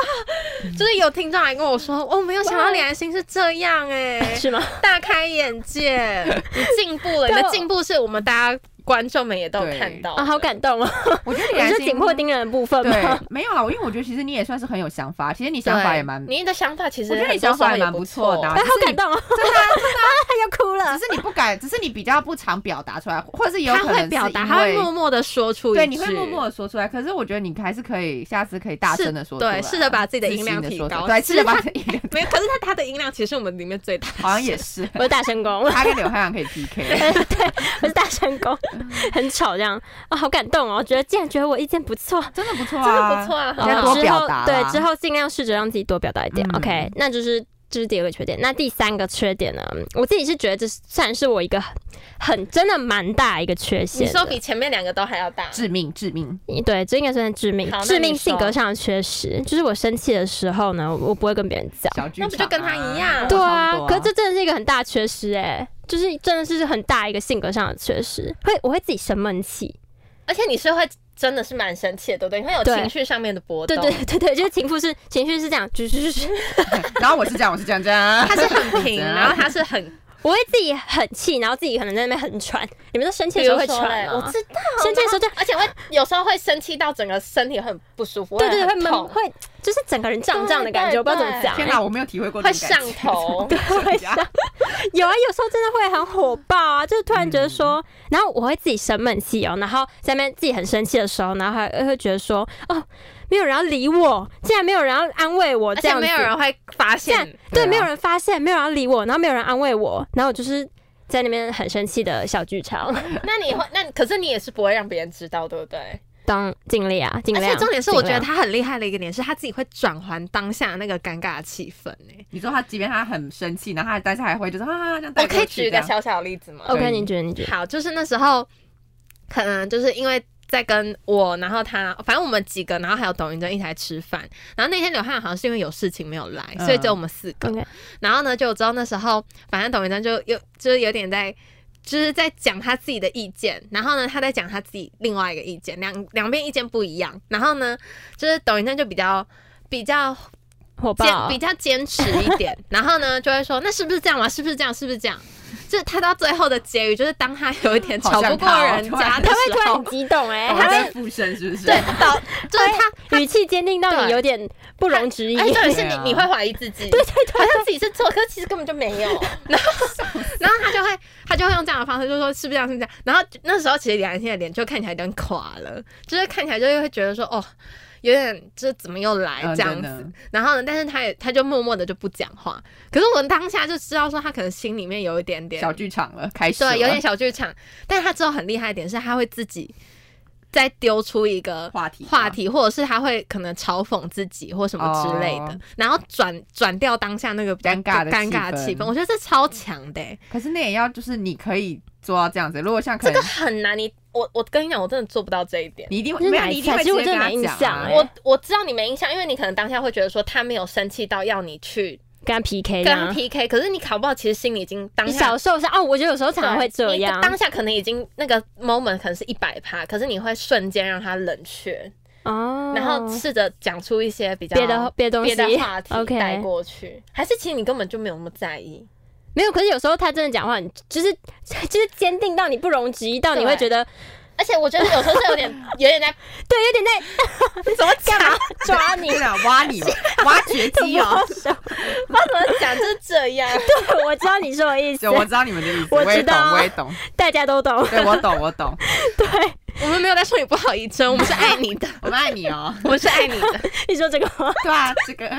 就是有听众来跟我说，哦，没有想到李安心是这样哎、是吗？大开眼界，啊你进步了，对你我的进步是我们大家观众们也都有看到啊，好感动哦！我觉得你你还是是紧迫盯人的部分对吗？，没有啊，因为我觉得其实你也算是很有想法，其实你对想法也蛮，你的想法其实我觉得你很多想法时候也蛮不不错的啊哎，好感 [laughs] 动哦！对啊，要哭了只。是你不敢，只是你比较不常表达出来，或者是有他可能会是表达，因他会为默默的说出一句，对，你会默默的说出来。可是我觉得你还是可以，下次可以大声的说出来，对试着把自己的自音量信地提说出来高对，其试着实把他自己的音量， [laughs] 没有，可是他他的音量其实是我们里面最大的，好像也是，我是大神功，他跟柳汉阳可以 PK。我是大神 [laughs] 功，很吵这样啊、好感动哦！我觉得竟然觉得我意见不错，真的不错 [laughs] 真的啊，不错 [laughs] 啊，要好多之表后达啦对之后尽量试着让自己多表达一点。嗯 OK，那就是这、是第二个缺点。那第三个缺点呢？我自己是觉得这是算是我一个很很真的蛮大一个缺你陷的。说比前面两个都还要大，致命致命，对，这应该算是致命好那你致命说性格上的缺失。就是我生气的时候呢，我不会跟别人讲。小剧那不就场跟他啊一样对跟我差啊不，多可这真的是一个很大的缺失哎、就是真的是很大一个性格上的缺失，会我会自己生闷气，而且你是会真的是蛮生气的，对不对？你会有对情绪上面的波对动，对对对，就是情绪是情绪是这样，就是 [laughs] 然后我是这样，我是这样这样他。是很平，怎样然后他是很，我会自己很气，然后自己可能在那边很喘。你们都生气比的时如候会说嘞喘，吗？我知道，生气的时候就然后而且会有时候会生气到整个身体很不舒服，对对对，会很闷，痛，会就是整个人胀胀的感觉，对我不知道怎么讲、天欸哪，我没有体会过会这种上感觉，头， [laughs] 会上有啊，有时候真的会很火爆嗯啊，就是突然觉得说，然后我会自己生闷气哦，然后在那边自己很生气的时候，然后还会觉得说，哦，没有人要理我，竟然没有人要安慰我，而这且样子没有人会发这样现。对对，啊没有人发现，没有人要理我，然后没有人安慰我，然后我就是在那边很生气的小剧场，那你会，那可是你也是不会让别人知道，对不对？当尽力啊，尽而量。且重点是，我觉尽得量他很厉害的一个点是，他自己会转还当下那个尴尬的气氛欸诶。你说他，即便他很生气，然后他但是还会就是啊这样带我过去。可以举一这个样小小的例子吗？ OK，对你觉得你觉得好，就是那时候，可能就是因为在跟我，然后他，反正我们几个，然后还有董云珍一起来吃饭。然后那天刘汉好像是因为有事情没有来，嗯所以只有我们四个。 OK，然后呢，就我知道那时候，反正董云珍就有就是有点在。就是在讲他自己的意见，然后呢，他在讲他自己另外一个意见，两两边意见不一样。然后呢，就是董云珍就比较比较火坚爆比较坚持一 [laughs] 点，然后呢就会说那是不是这样嘛？是不是这样？是不是这样？就是他到最后的结语，就是当他有一点吵好不像过他哦人突然家的他会突时然候很，激动哎、哦他他会在附身是不是？对，到就是他，语气坚定到你对有点不容置疑。而且哎重点是对你啊你会怀疑自己，对对对，好像自己是错，可是其实根本就没有。 [laughs] 然后然后他就会他就会用这样的方式，就说是不是这样，是不是这样？然后那时候其实李安心的脸就看起来有点垮了，就是看起来就会觉得说哦。有点，这怎么又来嗯这样真子？的然后呢，但是他也他就默默的就不讲话。可是我当下就知道说他可能心里面有一点点小剧场了，开始了对，有点小剧场。但他之后很厉害一点是，他会自己再丢出一个话题话题，或者是他会可能嘲讽自己或什么之类的，哦然后转转掉当下那个比较尴尬的尴尬气气氛氛。我觉得这超强的欸、可是那也要就是你可以做到这样子，如果像可这能个很难。你我我跟你讲，我真的做不到这一点。你一定那会是没有，哪一你一定次啊哎会其实直我接跟真的他没印讲象啊。哎我我知道你没印象，因为你可能当下会觉得说他没有生气到要你去跟他 PK 跟他啊。 PK，可是哎你考不好，其实心里已经当你下小受伤哦，我觉得有时候常常会这对你样。当下可能已经那个 moment 可能是一百趴，可是你会瞬间让他冷却，哦，然后试着讲出一些比较别的别的东西嗯别的话题 OK 带过去，还是其实你根本就没有那么在意。没有，可是有时候他真的讲话，你就是就是坚定到你不容置疑，到你对会觉得而且我觉得有时候是有 [laughs] 点有点在对，有点在你怎么讲 [laughs] 啊？抓 [laughs] 你了，挖你，挖掘机哦！不手。知道怎么讲，就是这样。对， [laughs] 我知道你说的意思就，我知道你们的意思，我我也知懂，道我也懂，大家都懂。对我懂，我懂， [laughs] 我们没有在说你不好，以真，我们是爱你的，我们爱你哦。 [laughs] 我们是爱你的，你说这个话，对啊，这个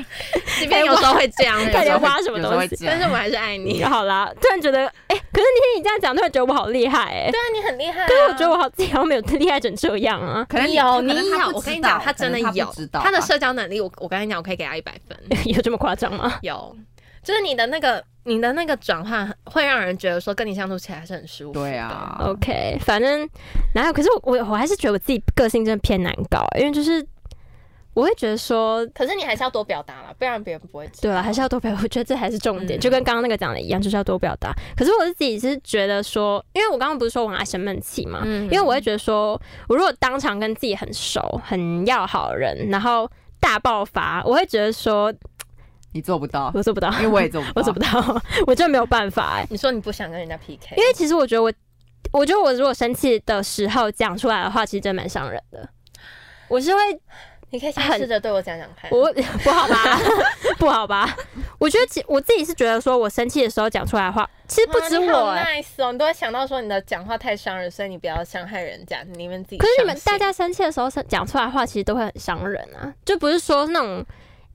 即便有时候会这样对，快有时候点会挖什有么时候东会西这但是样我们还是爱你。好啦，突然觉得，哎、可是那天你这样讲，突然觉得我好厉害、哎、对啊，你很厉害、啊。可是我觉得我好 [laughs] 自己好像没有厉害成这样啊， [laughs] 可能你有，可你能他有，不我跟知你道讲，他真的可能他有不知，道他的吧社交能力，我我跟你讲，我可以给他一百分。有这么夸张吗？ [laughs] 有，就是你的那个你的那个转换，会让人觉得说跟你相处起来是很舒服。对，啊， OK，反正然后可是我我我还是觉得我自己个性真的偏难搞、欸因为就是我会觉得说，可是你还是要多表达啦，不然别人不会知道。对了，还是要多表达，我 [laughs] 觉得这还是重点，嗯就跟刚刚那个讲的一样，就是要多表达。可是我自己是觉得说，因为我刚刚不是说我很爱生闷气嘛，嗯，因为我会觉得说，我如果当场跟自己很熟、很要好的人，然后大爆发，我会觉得说哦你做不到，我做不到 [laughs] 因，为我也做不到，我做不到， [laughs] 我真的没有办法哎、你说你不想跟人家 PK，因为其实我觉得我，我觉得我如果生气的时候讲出来的话，其实真蛮伤人的。我是会，你可以先很试着对我讲讲看。 [laughs] 我不好吧， [laughs] 不好吧？我觉得其我自己是觉得说，我生气的时候讲出来的话，其实不哇止啊你好我、欸。 nice 哦，你都会想到说你的讲话太伤人，所以你不要伤害人家，你们自己。可是你们大，家生气的时候讲出来的话，其实都会很伤人啊，就不是说那种。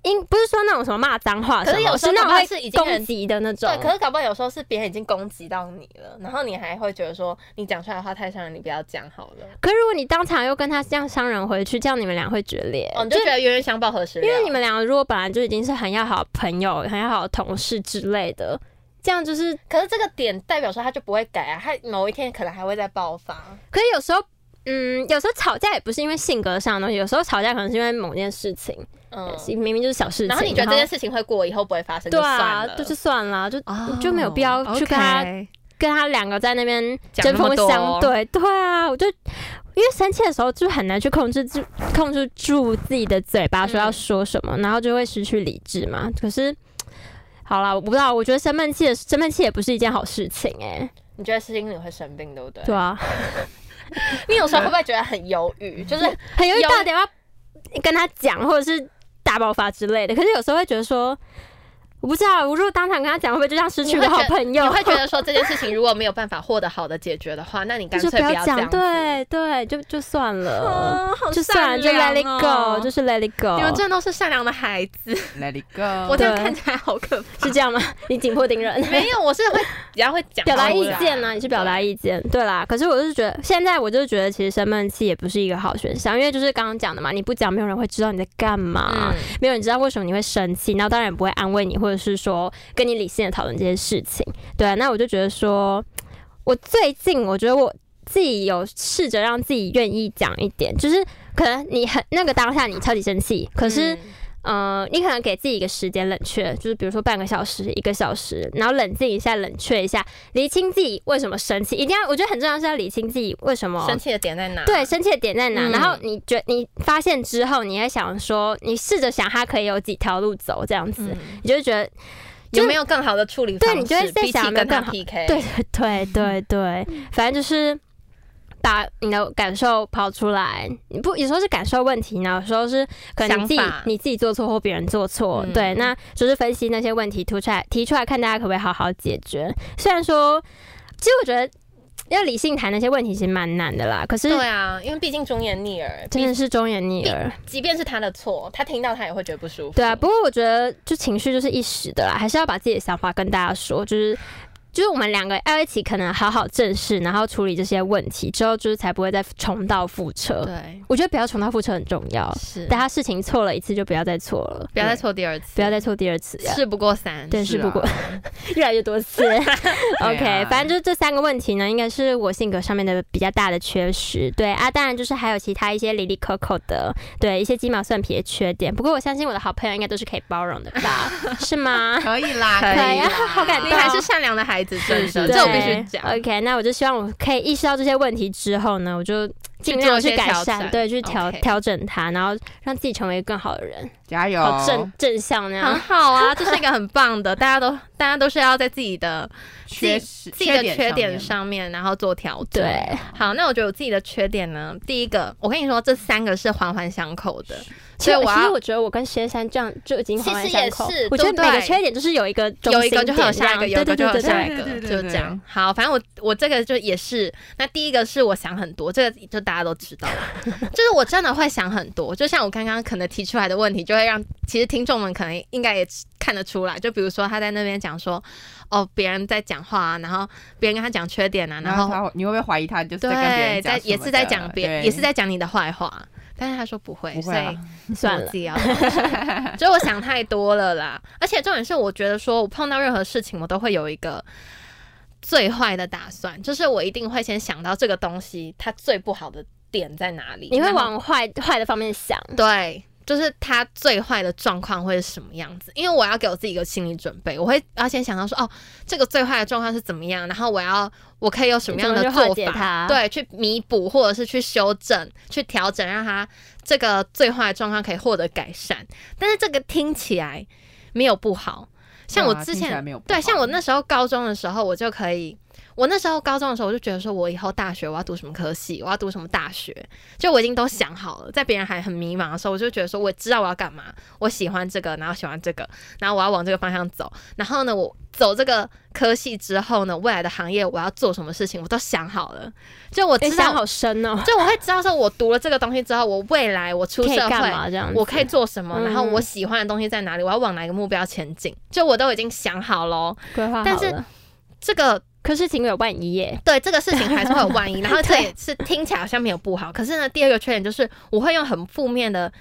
因不是说那种什么骂脏话什可么，是有时候是搞那种不好会是已经攻人击的那种对，。可是搞不好有时候是别人已经攻击到你了，然后你还会觉得说你讲出来的话太伤人，你不要讲好了。可是如果你当场又跟他这样伤人回去，这样你们俩会决裂。哦，你就觉得冤冤相报何时了？因为你们两个如果本来就已经是很要好的朋友、很要好的同事之类的，这样就是，可是这个点代表说他就不会改啊，他某一天可能还会再爆发。可是有时候，嗯，有时候吵架也不是因为性格上的东西，有时候吵架可能是因为某件事情，嗯，明明就是小事情，然后你觉得这件事情会过，以后不会发生对就算啊了，，就就算了，就哦就没有必要去跟他 OK 跟他两个在那边讲针那么锋多相对，对啊，我就。因为生气的时候就很难去控制住控制住自己的嘴巴，说要嗯说什么，然后就会失去理智嘛。可是，好啦，我不知道，我觉得生闷气的生闷气也不是一件好事情哎、你觉得心里会生病，对不对？对啊，你有时候会不会觉得很犹豫？就是很容易有到底要跟他讲，或者是大爆发之类的。可是有时候会觉得说，我不知道，我如果当场跟他讲，会不会就像失去你我会的好觉朋你友？会觉得说这件事情如果没有办法获得好的解决的话，那你干就脆不要这样讲，子。对对，就就算了。啊，好就算了，就 let 善 it 良 go，哦就是 let it go。你们真的都是善良的孩子， Let it go。我这样哦对看起来好可怕。是这样吗？ [laughs] 你紧迫盯人，没有，我是会比较会讲表达出意来见啊呢、你是表达意见，对啦。可是我就是觉得，现在我就觉得，其实生闷气也不是一个好选项，因为就是刚刚讲的嘛，你不讲，没有人会知道你在干嘛。嗯，没有人知道为什么你会生气，然后当然也不会安慰你，或者是说跟你理性的讨论这些事情。对啊、那我就觉得说，我最近我觉得我自己有试着让自己愿意讲一点，就是可能你很那个当下你超级生气，可是、嗯呃，你可能给自己一个时间冷却，就是比如说半个小时、一个小时，然后冷静一下、冷却一下，理清自己为什么生气。一定要，我觉得很重要是要理清自己为什么生气的点在哪？哦对，生气的点在哪？嗯然后你觉你发现之后，你会想说，你试着想他可以有几条路走这样子，嗯，你就会觉得就有没有更好的处理方式？对你就会在比起想有没有跟他更好 PK，对 [laughs] 对对对，嗯反正就是把你的感受抛出来。你不有时候是感受问题呢，有时候是可能你自己想法你自己做错或别人做错，嗯对，那就是分析那些问题，突出来提出来看大家可不可以好好解决。虽然说，其实我觉得要理性谈那些问题其实蛮难的啦，可是对啊，因为毕竟忠言逆耳，真的是忠言逆毕耳。即便是他的错，他听到他也会觉得不啊舒服。对啊，不过我觉得就情绪就是一时的啦，还是要把自己的想法跟大家说，就是就是我们两个要一起，可能好好正视，然后处理这些问题之后，就是才不会再重蹈覆辙。对，我觉得不要重蹈覆辙很重要。是，大家事情错了一次，就不要再错了，不要再错第二次，不要再错第二次。事不过三。对，是是不啊过 [laughs] 越来越多 [laughs] 次。啊 OK，反正就这三个问题呢，应该是我性格上面的比较大的缺失。对啊，当然就是还有其他一些里里扣扣的，对一些鸡毛蒜皮的缺点。不过我相信我的好朋友应该都是可以包容的 [laughs] 吧？是吗？可以啦，可以啦啊好感你动还是善良的孩子，真的，是这我对必须讲。 OK，那我就希望我可以意识到这些问题之后呢，我就尽量去做一些改调整善，对，去调 OK 调整它，然后让自己成为更好的人，加油！好正正向那很样。好啊，这是一个很棒的，大家都 [laughs] 大家都是要在自己的缺自己的缺缺点点上面，然后做调整。对，好，那我觉得我自己的缺点呢，第一个，我跟你说，这三个是环环相扣的，所以我其实要我觉得我跟仙山这样就已经环环其实也相扣是我觉得对不每个对缺点就是有一个中有一个心就会有点下一个，这有样一个就对会对有对对下对一个对对，对就对这样。好，反正我我这个就也是，那第一个是我想很多，这个就大家都知道了， [laughs] 就是我真的会想很多。就像我刚刚可能提出来的问题，就会让其实听众们可能应该也看得出来。就比如说他在那边讲说，哦，别人在讲话啊，然后别人跟他讲缺点啊，然然后后他会，你会不会怀疑他就是在跟别对，人在讲什么的？也是在讲别，对也是在讲你的坏话。但是他说不会，不所会以啊 [laughs] 算了自，己要保 [laughs] 持，就是我想太多了啦。而且重点是，我觉得说我碰到任何事情，我都会有一个最坏的打算，就是我一定会先想到这个东西它最不好的点在哪里，你会然后往坏坏的方面想，对。就是它最坏的状况会是什么样子？因为我要给我自己一个心理准备，我会要先想到说，哦，这个最坏的状况是怎么样，然后我要我可以有什么样的怎么去做化解法，它对，去弥补或者是去修正、去调整，让它这个最坏的状况可以获得改善。但是这个听起来没有不好，像我对啊之听起来前没有不对，好像我那时候高中的时候，我就可以，我那时候高中的时候，我就觉得说我以后大学我要读什么科系，我要读什么大学，就我已经都想好了。在别人还很迷茫的时候，我就觉得说我知道我要干嘛，我喜欢这个，然后喜欢这个，然后我要往这个方向走。然后呢，我走这个科系之后呢，未来的行业我要做什么事情，我都想好了。就我你知想道，好深哦，就我会知道说，我读了这个东西之后，我未来我出可 [laughs] 以社干会嘛这样子？我可以做什么，嗯然后我喜欢的东西在哪里，我要往哪一个目标前进，就我都已经想好哦喽。规划好了，但是这个可是情有万一耶，对这个事情还是会有万一，然后这 [laughs] 也是听起来好像没有不好，可是呢，第二个缺点就是我会用很负面的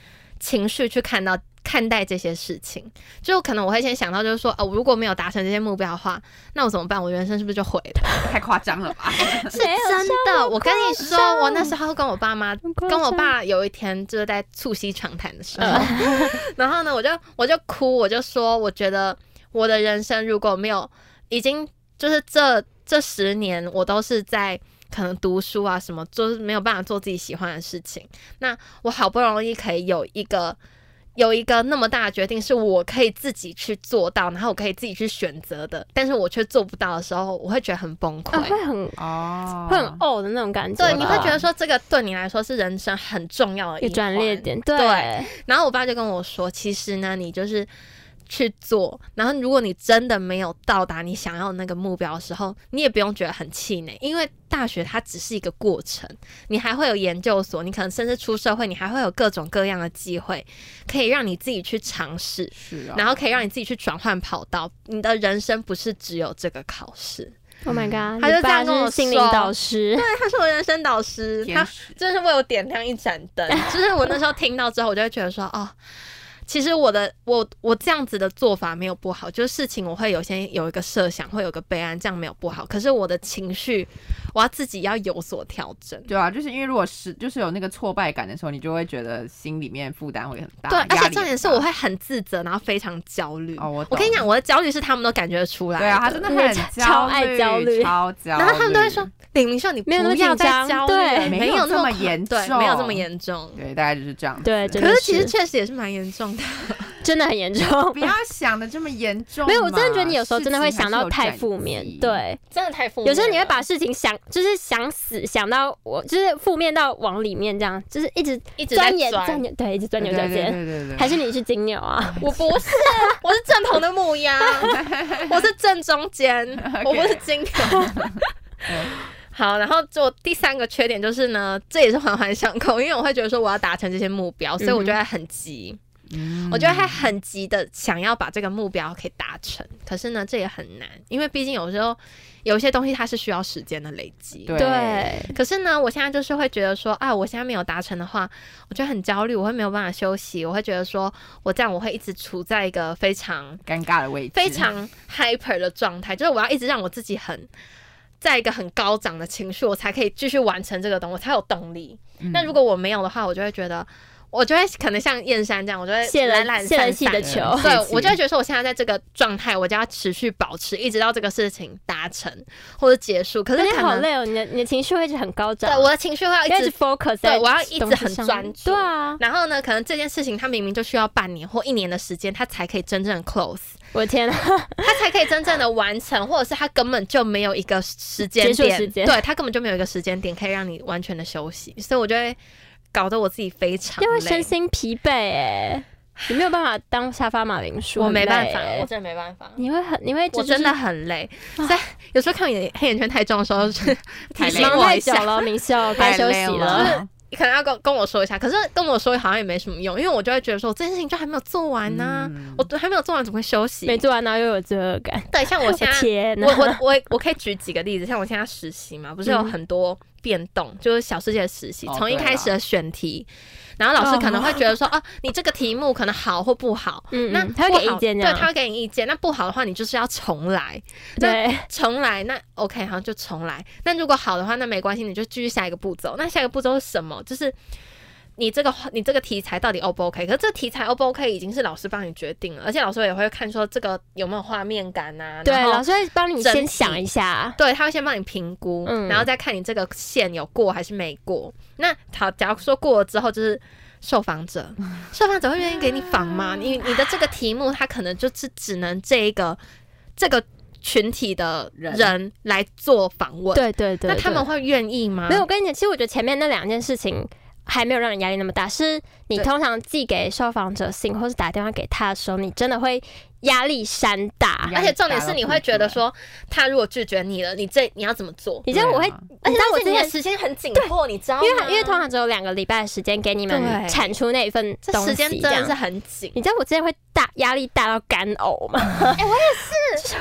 情绪去看到看待这些事情，就可能我会先想到就是说，哦，如果没有达成这些目标的话，那我怎么办？我人生是不是就毁了？太夸张了吧？是没有真的，我跟你说，我那时候跟我爸妈跟我很夸张，爸有一天就是在促膝长谈的时候， [laughs] 然后呢，我就我就哭，我就说，我觉得我的人生如果没有已经就是这这十年，我都是在可能读书啊什么，就是没有办法做自己喜欢的事情。那我好不容易可以有一个。有一个那么大的决定是我可以自己去做到，然后我可以自己去选择的，但是我却做不到的时候，我会觉得很崩溃。啊会很 [laughs] 哦，会很呕的那种感觉吧，对，你会觉得说这个对你来说是人生很重要的有一转环捩点，对嗯然后我爸就跟我说，其实呢，你就是去做，然后如果你真的没有到达你想要的那个目标的时候，你也不用觉得很气馁，因为大学它只是一个过程，你还会有研究所，你可能甚至出社会，你还会有各种各样的机会，可以让你自己去尝试，是啊，然后可以让你自己去转换跑道。你的人生不是只有这个考试， ，Oh my god，他就这样你爸跟我是心灵说导师， [laughs] 他是我人生导师，他天使真的是为我点亮一盏 [laughs] 灯。就是我那时候听到之后，我就会觉得说，哦，其实我的我我这样子的做法没有不好，就是事情我会有先有一个设想，会有个备案，这样没有不好。可是我的情绪，我要自己要有所调整。对啊，就是因为如果是就是有那个挫败感的时候，你就会觉得心里面负担会很大，对，而压且力重点是很我大会很自责，然后非常焦虑。哦，我我跟你懂讲，，我的焦虑是他们都感觉得出来。对啊，他真的很 [laughs] 超焦超爱焦虑，虑超焦虑，然后他们都会说：“李明秀，你不没有那么要紧再张焦虑对了，没没有有这么恐严对，没有这重么严重。对，大概就是这样子，对真可的是其实是确实也是蛮严重的。真的很严重不。要想的这么严重嘛。没有，我真的觉得你有时候事真的会情还想是到有太转负面机，对，真的太负有时候面你会了把事情想，就是想死，想到我就是负面到往里面这样，就是一直一直在钻研钻钻研，对，一直钻对牛对角对尖。对对对，还是你是金牛啊？我不是，我是正统的牧 [laughs] 羊，我是正中间，我不是金牛。 [laughs] 好，然后做第三个缺点就是呢，这也是环环相扣，因为我会觉得说我要达成这些目标，所以我就会很急。嗯我觉得他很急的想要把这个目标可以达成，可是呢，这也很难，因为毕竟有时候有些东西它是需要时间的累积。对对，可是呢，我现在就是会觉得说，啊，我现在没有达成的话，我觉得很焦虑，我会没有办法休息，我会觉得说，我这样我会一直处在一个非常尴尬的位置，非啊常 hyper 的状态，就是我要一直让我自己很在一个很高涨的情绪，我才可以继续完成这个东西，我才有动力。嗯。那如果我没有的话，我就会觉得，我就会可能像燕山这样，我就会 [laughs] 泄懒了懒泄了散气的散。球，嗯对泄，气我就会觉得说，我现在在这个状态，我就要持续保持，一直到这个事情达成或者结束。可可是是可啊好能累哦，你的你的情绪会一直很高涨，对我的情绪会要因为一一直直， focus 在对我要一直东西很上专注对啊，然后呢，可能这件事情它明明就需要半年或一年的时间，它才可以真正 close， [laughs] 我的天啊，它才可以真正的完成，或者是它根本就没有一个时间 [laughs] 结束点，时间对，它根本就没有一个时间点可以让你完全的休息，所以我就会搞得我自己非常因为累身。心疲惫哎，你没有办法当沙发马铃薯，我很没办累法，欸我真的没办法。你会很你会我就啊真的很累，所以有时候看你黑眼圈太重的时 [laughs] 候，就是太提累醒忙我太一久下，了，明秀该太休累息就了。是你可能要跟跟我说一下。可是跟我说好像也没什么用，因为我就会觉得说我这件事情就还没有做完呢、啊嗯我都还没有做完，怎么会休息？没做完，然后又有罪恶感。对，像我现在，天我哪！ [laughs] 我我我可以举几个例子，像我现在实习嘛，不嗯是有很多变动，就是小世界的实习哦，从一对开啊始的选题，然后老师可能会觉得说，哦、你这个题目可能好或不好，嗯，那嗯他会给不好意见，对，他会给你意见。那不好的话，你就是要重来，对重来。那 OK，好，就重来。那如果好的话，那没关系，你就继续下一个步骤。那下一个步骤是什么？就是你这个你这个题材到底 O 不 OK？可是这个题材 O 不 OK 已经是老师帮你决定了，而且老师也会看说这个有没有画面感啊，对，然后老师会帮你整先体想一下，对，他会先帮你评估，嗯然后再看你这个线有过还是没过。那好，假如说过了之后，就是受访 [laughs] 者，受访者会愿意给你访吗？你你的这个题目，他可能就是只能这一个这个群体的人人来做访问。对对对。那他对们会愿意吗？没有，我跟你讲，其实我觉得前面那两件事情还没有让你压力那么大，是你对通常寄给受访者信或是打电话给他的时候，你真的会压力山大。而且重点是你会觉得说，他如果拒绝你了，你这你要怎么做？你知道我会，对啊你知道我而且之你的前。时间很紧迫，你知道吗？因为他因为通常只有两个礼拜的时间给你们对产出那一份这东西，时间真这样的是很紧。你知道我之前会大压力大到干呕吗？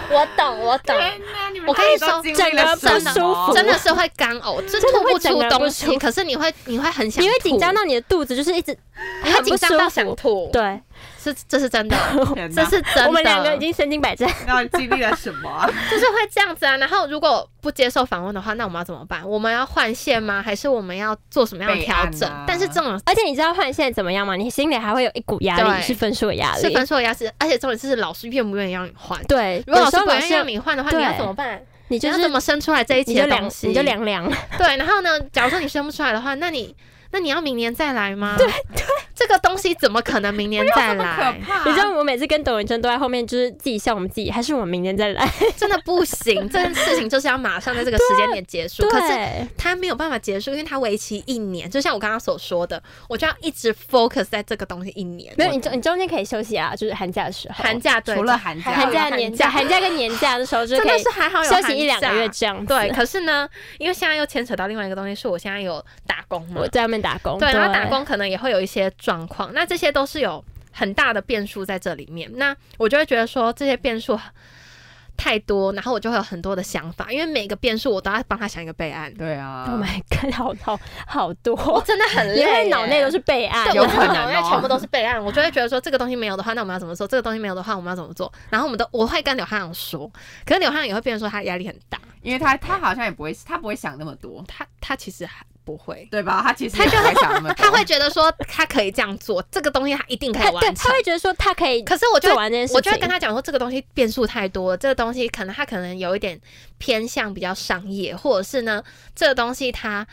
我懂，我 [laughs] 懂。天哪你们我跟你到底说都经整历了个不什舒么服真的是会干 [laughs] 呕，就哦真的吐会不整出个人不东舒西。服可是你会，你会很想，你会紧张，到你的肚子就是一直你很会紧不张到舒服想吐。，对，是这是 [laughs] 真的，天这哪是真的。我们两个已经身经百战。到底经历了什么 [laughs] 啊？就是会这样子啊。然后如果不接受访问的话，那我们要怎么办？我们要换线吗？还是我们要做什么样的备调案整啊？但是这种而且你知道换线怎么样吗？你心里还会有一股压力，对是分数的压是力。分数的压制，而且重点是老师愿不愿意让你换。对，如果老有时师候不老愿意让师你换的话，对你要怎么办？你就你要是怎么生出来这一你期就的凉东，西？啊你就凉凉。 [laughs] 对，然后呢，假如说你生不出来的话，那你那你要明年再来吗？对对， [laughs] 这个东西怎么可能明年再这么来可？怕啊！哎你知道我每次跟董文珍都在后面，就是自己笑我们自己，还是我们明天再来？真的不行，这件事情就是要马上在这个时间点结束。可是对，它没有办法结束，因为它为期一年。就像我刚刚所说的，我就要一直 focus 在这个东西一年。没有你中你中间可以休息啊，就是寒假的时候，寒假对，除了寒假还好寒有假 [laughs] 年假、寒假跟年假的时候，就是真可的以是还好有休寒息一两假个月这样子。对，，可是呢，因为现在又牵扯到另外一个东西，是我现在有打工嘛我，在外面打工，对，然后打工可能也会有一些状况，那这些都是有很大的变数在这里面。那我就会觉得说这些变数太多，然后我就会有很多的想法，因为每个变数我都要帮他想一个备案。对啊 Oh my god，好好好我多，真的很累因耶，为脑内都是备案，对，有我可真能的哦脑内全部都是备案，我就会觉得说这个东西没有的话，那我们要怎么做？这个东西没有的话，我们要怎么做？然后我们都我会跟刘汉阳说，可是刘汉阳也会变成说他压力很大，因为他他好像也不会，他不会想那么多，他他其实还不会，对吧？他其实他就也不会想那么多，他会觉得说他可以这样做，这个东西他一定可他以对完他成。会觉得说他可以可是我就做完这件事情，我就会跟他讲说，这个东西变数太多了，这个东西可能他可能有一点偏向比较商业，或者是呢，这个东西他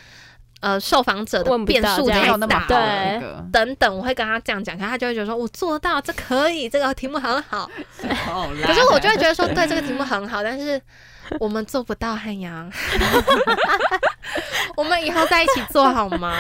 呃受访者的问不到变数这样没太有那么大好对了。的那个，等等，我会跟他这样讲，可他就会觉得说，我做到，这可以，这个题目很好。好啦可是我就会觉得说，对，这个题 [laughs] 目很好，但是我们做不到，汉阳。我们以后在一起做好吗？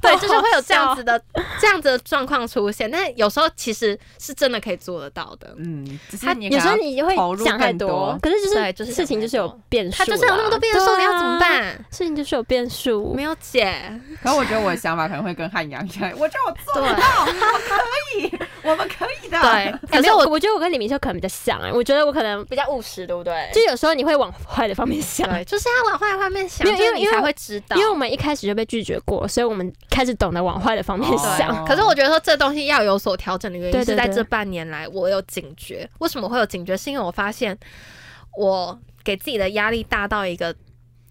对，就是会有这样子的这样子的状况出现，但有时候其实是真的可以做得到的。嗯，只是他你有时候可能你会投入想太更多可是就对是就是想事情就是有太多变数他啦，就是有那么多变数，对啊你要怎么？办？事情就是有变数，没有解， [laughs] 可我觉得我的想法可能会跟汉阳一样，我觉得我做对得到，我可以，我们可以的。对，可可是是我我我觉得我跟李明秀可能比较像哎、我觉得我可能比较务实，对不对？就有时候你会往坏的方面想，对，就是要往坏的方面想，欸没有因就是为你因为才会知道 [laughs] 因。为我们一开始就被拒绝过，所以我们开始懂得往坏的方面哦想。啊对，可是我觉得说这东西要有所调整的原因对对是在对这半年来我有警觉。为什么会有警觉？是因为我发现我给自己的压力大到一个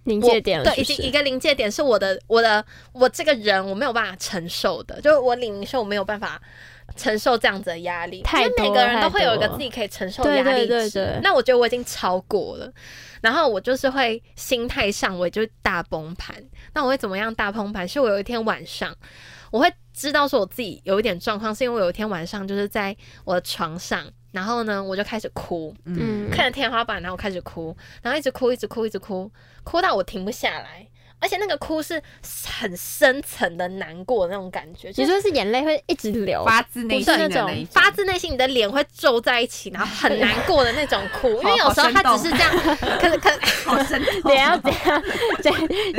临我界点了对，是已不经一是？个临界点是我的我的我这个人我没有办法承受的，就是我李明秀我没有办法承受这样子的压力，太因为多每个人太都会有一个多自己可以承受对压对力值。对对那我觉得我已经超过了，然后我就是会心态上我就大崩盘。那我会怎么样大崩盘？是我有一天晚上，我会知道说我自己有一点状况，是因为我有一天晚上就是在我的床上，然后呢我就开始哭，嗯，看着天花板，然后我开始哭，然后一直哭，一直哭，一直哭，哭到我停不下来，而且那个哭是很深层的难过的那种感觉，就你是说是眼泪会一直流，发自内心的不是那那一种种发自内心你的脸会皱在一起，然后很难过的那种哭，因为有时候他只是这样，可能可能好哦深痛脸要这样，这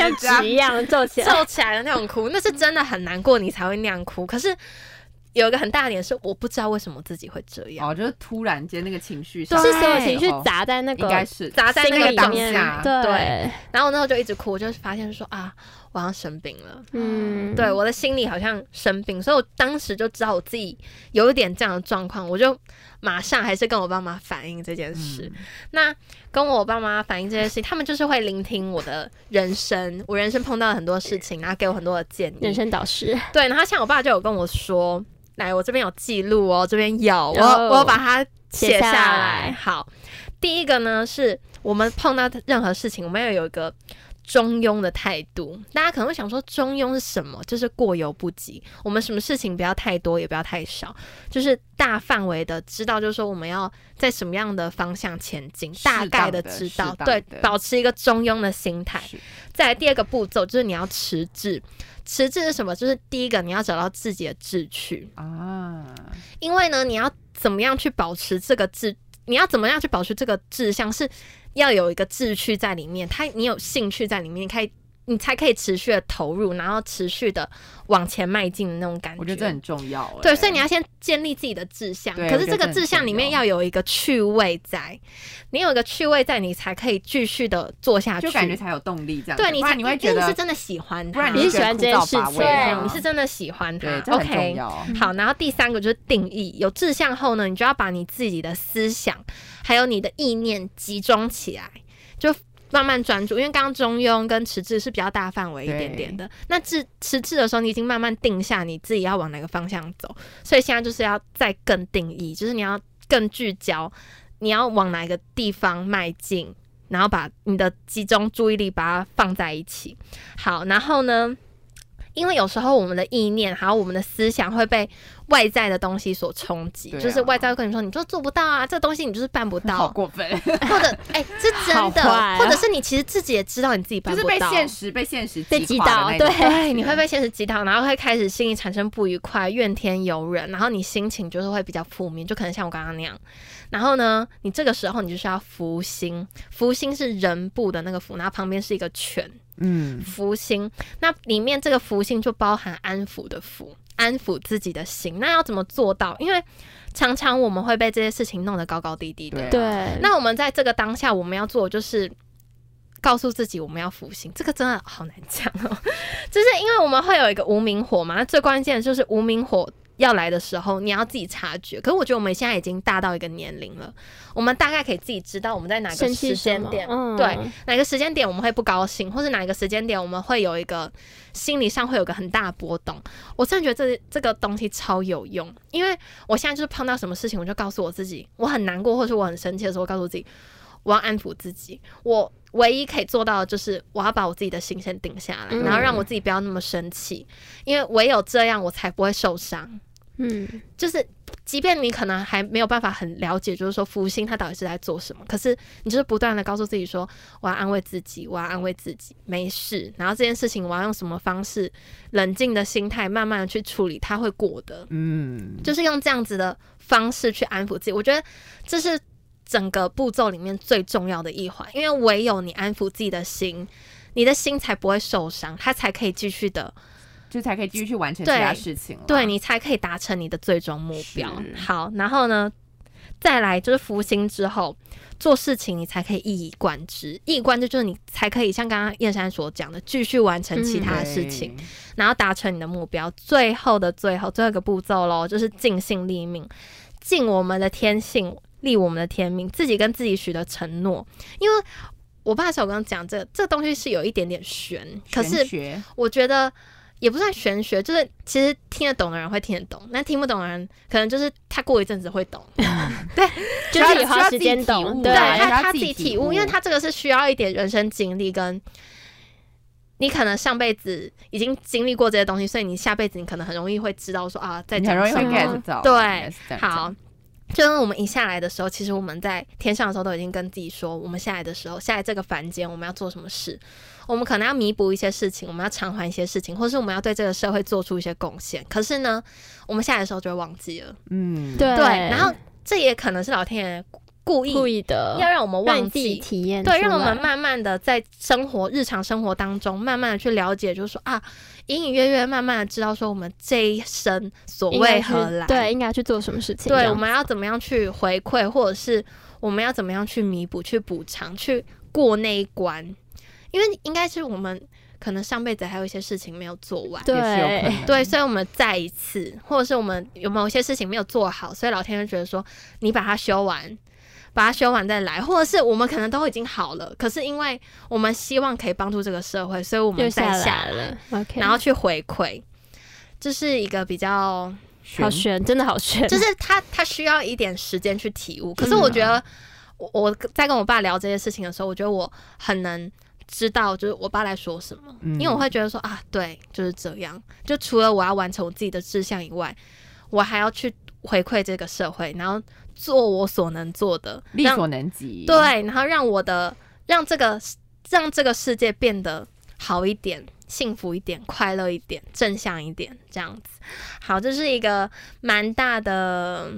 样 [laughs] 像这样纸一样皱起来。皱起来的那种哭，那是真的很难过，你才会那样哭。可是有一个很大的点是，我不知道为什么自己会这样。哦，就是突然间那个情绪上就来的是所时候，有情绪砸在那应该个是哦砸在那心个里当面下对对，然后我那时候就一直哭，我就发现说啊，我好像生病了。嗯，对，我的心里好像生病，所以我当时就知道我自己有一点这样的状况，我就马上还是跟我爸妈反映这件嗯事。嗯那跟我爸妈反映这件事情，他们就是会聆听我的人生，我人生碰到了很多事情，然后给我很多的建人议。生导师，对，然后像我爸就有跟我说，来，我这边有记录哦，这边有，我、哦我把它写写下下来来。好，第一个呢是我们碰到任何事情，我们要有一个中庸的态度。大家可能会想说，中庸是什么？就是过犹不及。我们什么事情不要太多，也不要太少，就是大范围的知道，就是说我们要在什么样的方向前进，适大当概地的知适道，当对的，保持一个中庸的心态。是再来第二个步骤就是你要持志，持志是什么？就是第一个你要找到自己的志趣，啊，因为呢，你要怎么样去保持这个志，你要怎么样去保持这个志向，是要有一个志趣在里面，它你有兴趣在里面，你可以你才可以持续的投入，然后持续的往前迈进的那种感觉。我觉得这很重要欸。对，所以你要先建立自己的志向。对可我是觉这得个这很志向里面重要要有一个趣味在，你有一个趣味在，你才可以继续的做下去。就感觉才有动力这样子。对，你不才然你会因觉为你得是真的喜欢它，不然你会是觉喜得欢枯这件燥事乏情味啊对，你是真的喜欢它对，这很重，OK。嗯要。好，然后第三个就是定义。有志向后呢，你就要把你自己的思想还有你的意念集中起来，就慢慢专注。因为刚刚中庸跟迟滞是比较大范围一点点的，那志迟滞的时候，你已经慢慢定下你自己要往哪个方向走，所以现在就是要再更定义，就是你要更聚焦，你要往哪个地方迈进，然后把你的集中注意力把它放在一起。好，然后呢，因为有时候我们的意念还有我们的思想会被外在的东西所冲击，对啊就是外在会跟你说，你就做不到啊，这东西你就是办不好到，过分， [laughs] 或者哎、是真的，好坏啊或者是你其实自己也知道你自己办就是不被到。现实被现实被击击垮的倒那对种对，你会被现实击倒，然后会开始心里产生不愉快、怨天尤人，然后你心情就是会比较负面，就可能像我刚刚那样。然后呢，你这个时候你就是要福星，福星是人部的那个福，然后旁边是一个犬，嗯，福星，那里面这个福星就包含安抚的福，安抚自己的心。那要怎么做到？因为常常我们会被这些事情弄得高高低低的。对啊对，那我们在这个当下，我们要做的就是告诉自己我们要福星。这个真的好难讲哦， [laughs] 就是因为我们会有一个无名火嘛，那最关键的就是无名火。要来的时候，你要自己察觉。可是我觉得我们现在已经大到一个年龄了，我们大概可以自己知道我们在哪个生气时什间么点，嗯对，哪个时间点我们会不高兴，或是哪一个时间点我们会有一个心理上会有个很大的波动。我真的觉得这这个东西超有用，因为我现在就是碰到什么事情，我就告诉我自己，我很难过，或是我很生气的时候，我告诉自己，我要安抚自己。我唯一可以做到的就是，我要把我自己的心先定下来，嗯然后让我自己不要那么生气，因为唯有这样，我才不会受伤。嗯，就是即便你可能还没有办法很了解，就是说福星他到底是在做什么，可是你就是不断的告诉自己说，我要安慰自己，我要安慰自己，没事。然后这件事情我要用什么方式，冷静的心态，慢慢的去处理，它会过的。嗯，就是用这样子的方式去安抚自己，我觉得这是整个步骤里面最重要的一环，因为唯有你安抚自己的心，你的心才不会受伤，它才可以继续的就才可以继续去完成其他对事情了。对你才可以达成你的最终目标是。好，然后呢，再来就是服刑之后做事情，你才可以一以贯之。一以贯之就是你才可以像刚刚燕山所讲的，继续完成其嗯他的对事情，然后达成你的目标。最后的最后，最后一个步骤喽，就是尽性立命，尽我们的天性，立我们的天命，自己跟自己许的承诺。因为我爸小刚讲这这东西是有一点点悬，可是玄学我觉得也不算玄学，就是其实听得懂的人会听得懂，但听不懂的人可能就是他过一阵子会懂，需就要自己需花要时自己间体懂，悟对啊啊，要他他他自自己己体体悟悟，因为他这个是需要一点人生经历跟。你可能上辈子已经经历过这些东西，所以你下辈子你可能很容易会知道说啊，在你很容易会什么 get 到。对应该是这样讲好，，就是我们一下来的时候，其实我们在天上的时候都已经跟自己说，我们下来的时候，下来这个凡间，我们要做什么事？我们可能要弥补一些事情，我们要偿还一些事情，或是我们要对这个社会做出一些贡献。可是呢，我们下来的时候就会忘记了。嗯，对，对，然后这也可能是老天爷故意故意的要让我们让你忘自己记。体验出来，对，让我们慢慢的在生活、日常生活当中，慢慢的去了解，就是说啊，隐隐约约，慢慢的知道说我们这一生所应该谓去何来。对，应该去做什么事情？这对，样我们要怎么样去回馈，或者是我们要怎么样去弥补、去补偿、去过那一关？因为应该是我们可能上辈子还有一些事情没有做完，也是有可对，能。对，所以我们再一次，或者是我们有某些事情没有做好，所以老天就觉得说你把它修完。把它修完再来，或者是我们可能都已经好了，可是因为我们希望可以帮助这个社会，所以我们 [laughs] 又再下来了，OK，然后去回馈，这是一个比较好玄悬，真的好悬，就是他他需要一点时间去体悟。可是嗯我觉得我，我在跟我爸聊这些事情的时候，我觉得我很能知道，就是我爸在说什么，嗯因为我会觉得说啊，对，就是这样。就除了我要完成我自己的志向以外，我还要去回馈这个社会，然后做我所能做的，嗯力让所能及。 [laughs] 对，然后让我的让这个让这个世界变得好一点、幸福一点、快乐一点、正向一点，这样子。好，这是一个蛮大的，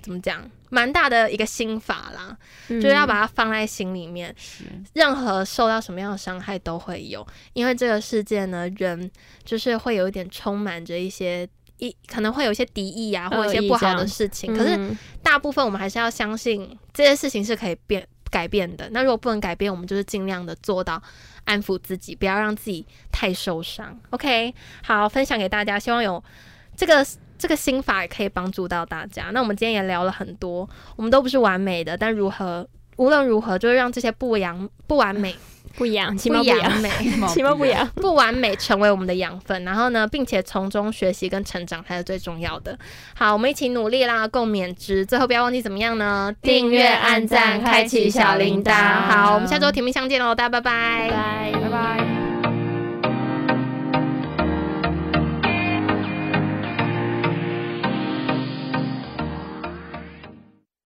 怎么讲？蛮大的一个心法啦，就就是要把它放在心里面。是，任何受到什么样的伤害都会有，因为这个世界呢，人就是会有一点充满着一些一可能会有一些敌意啊，或者一恶些意不这好样的事情。可是嗯大部分我们还是要相信这些事情是可以变改变的。那如果不能改变，我们就是尽量的做到安抚自己，不要让自己太受伤。OK，好，分享给大家，希望有这个。这个心法也可以帮助到大家。那我们今天也聊了很多，我们都不是完美的，但如何无论如何，就是让这些不扬不完美、不一样，起不码不一样，扬美、 [laughs] 起码不一样，不完美成为我们的养分，然后呢，并且从中学习跟成长才是最重要的。好，我们一起努力啦，共勉之。最后不要忘记怎么样呢？订阅、按赞、开启小铃铛。好，我们下周甜蜜相见喽，大家拜拜拜拜拜。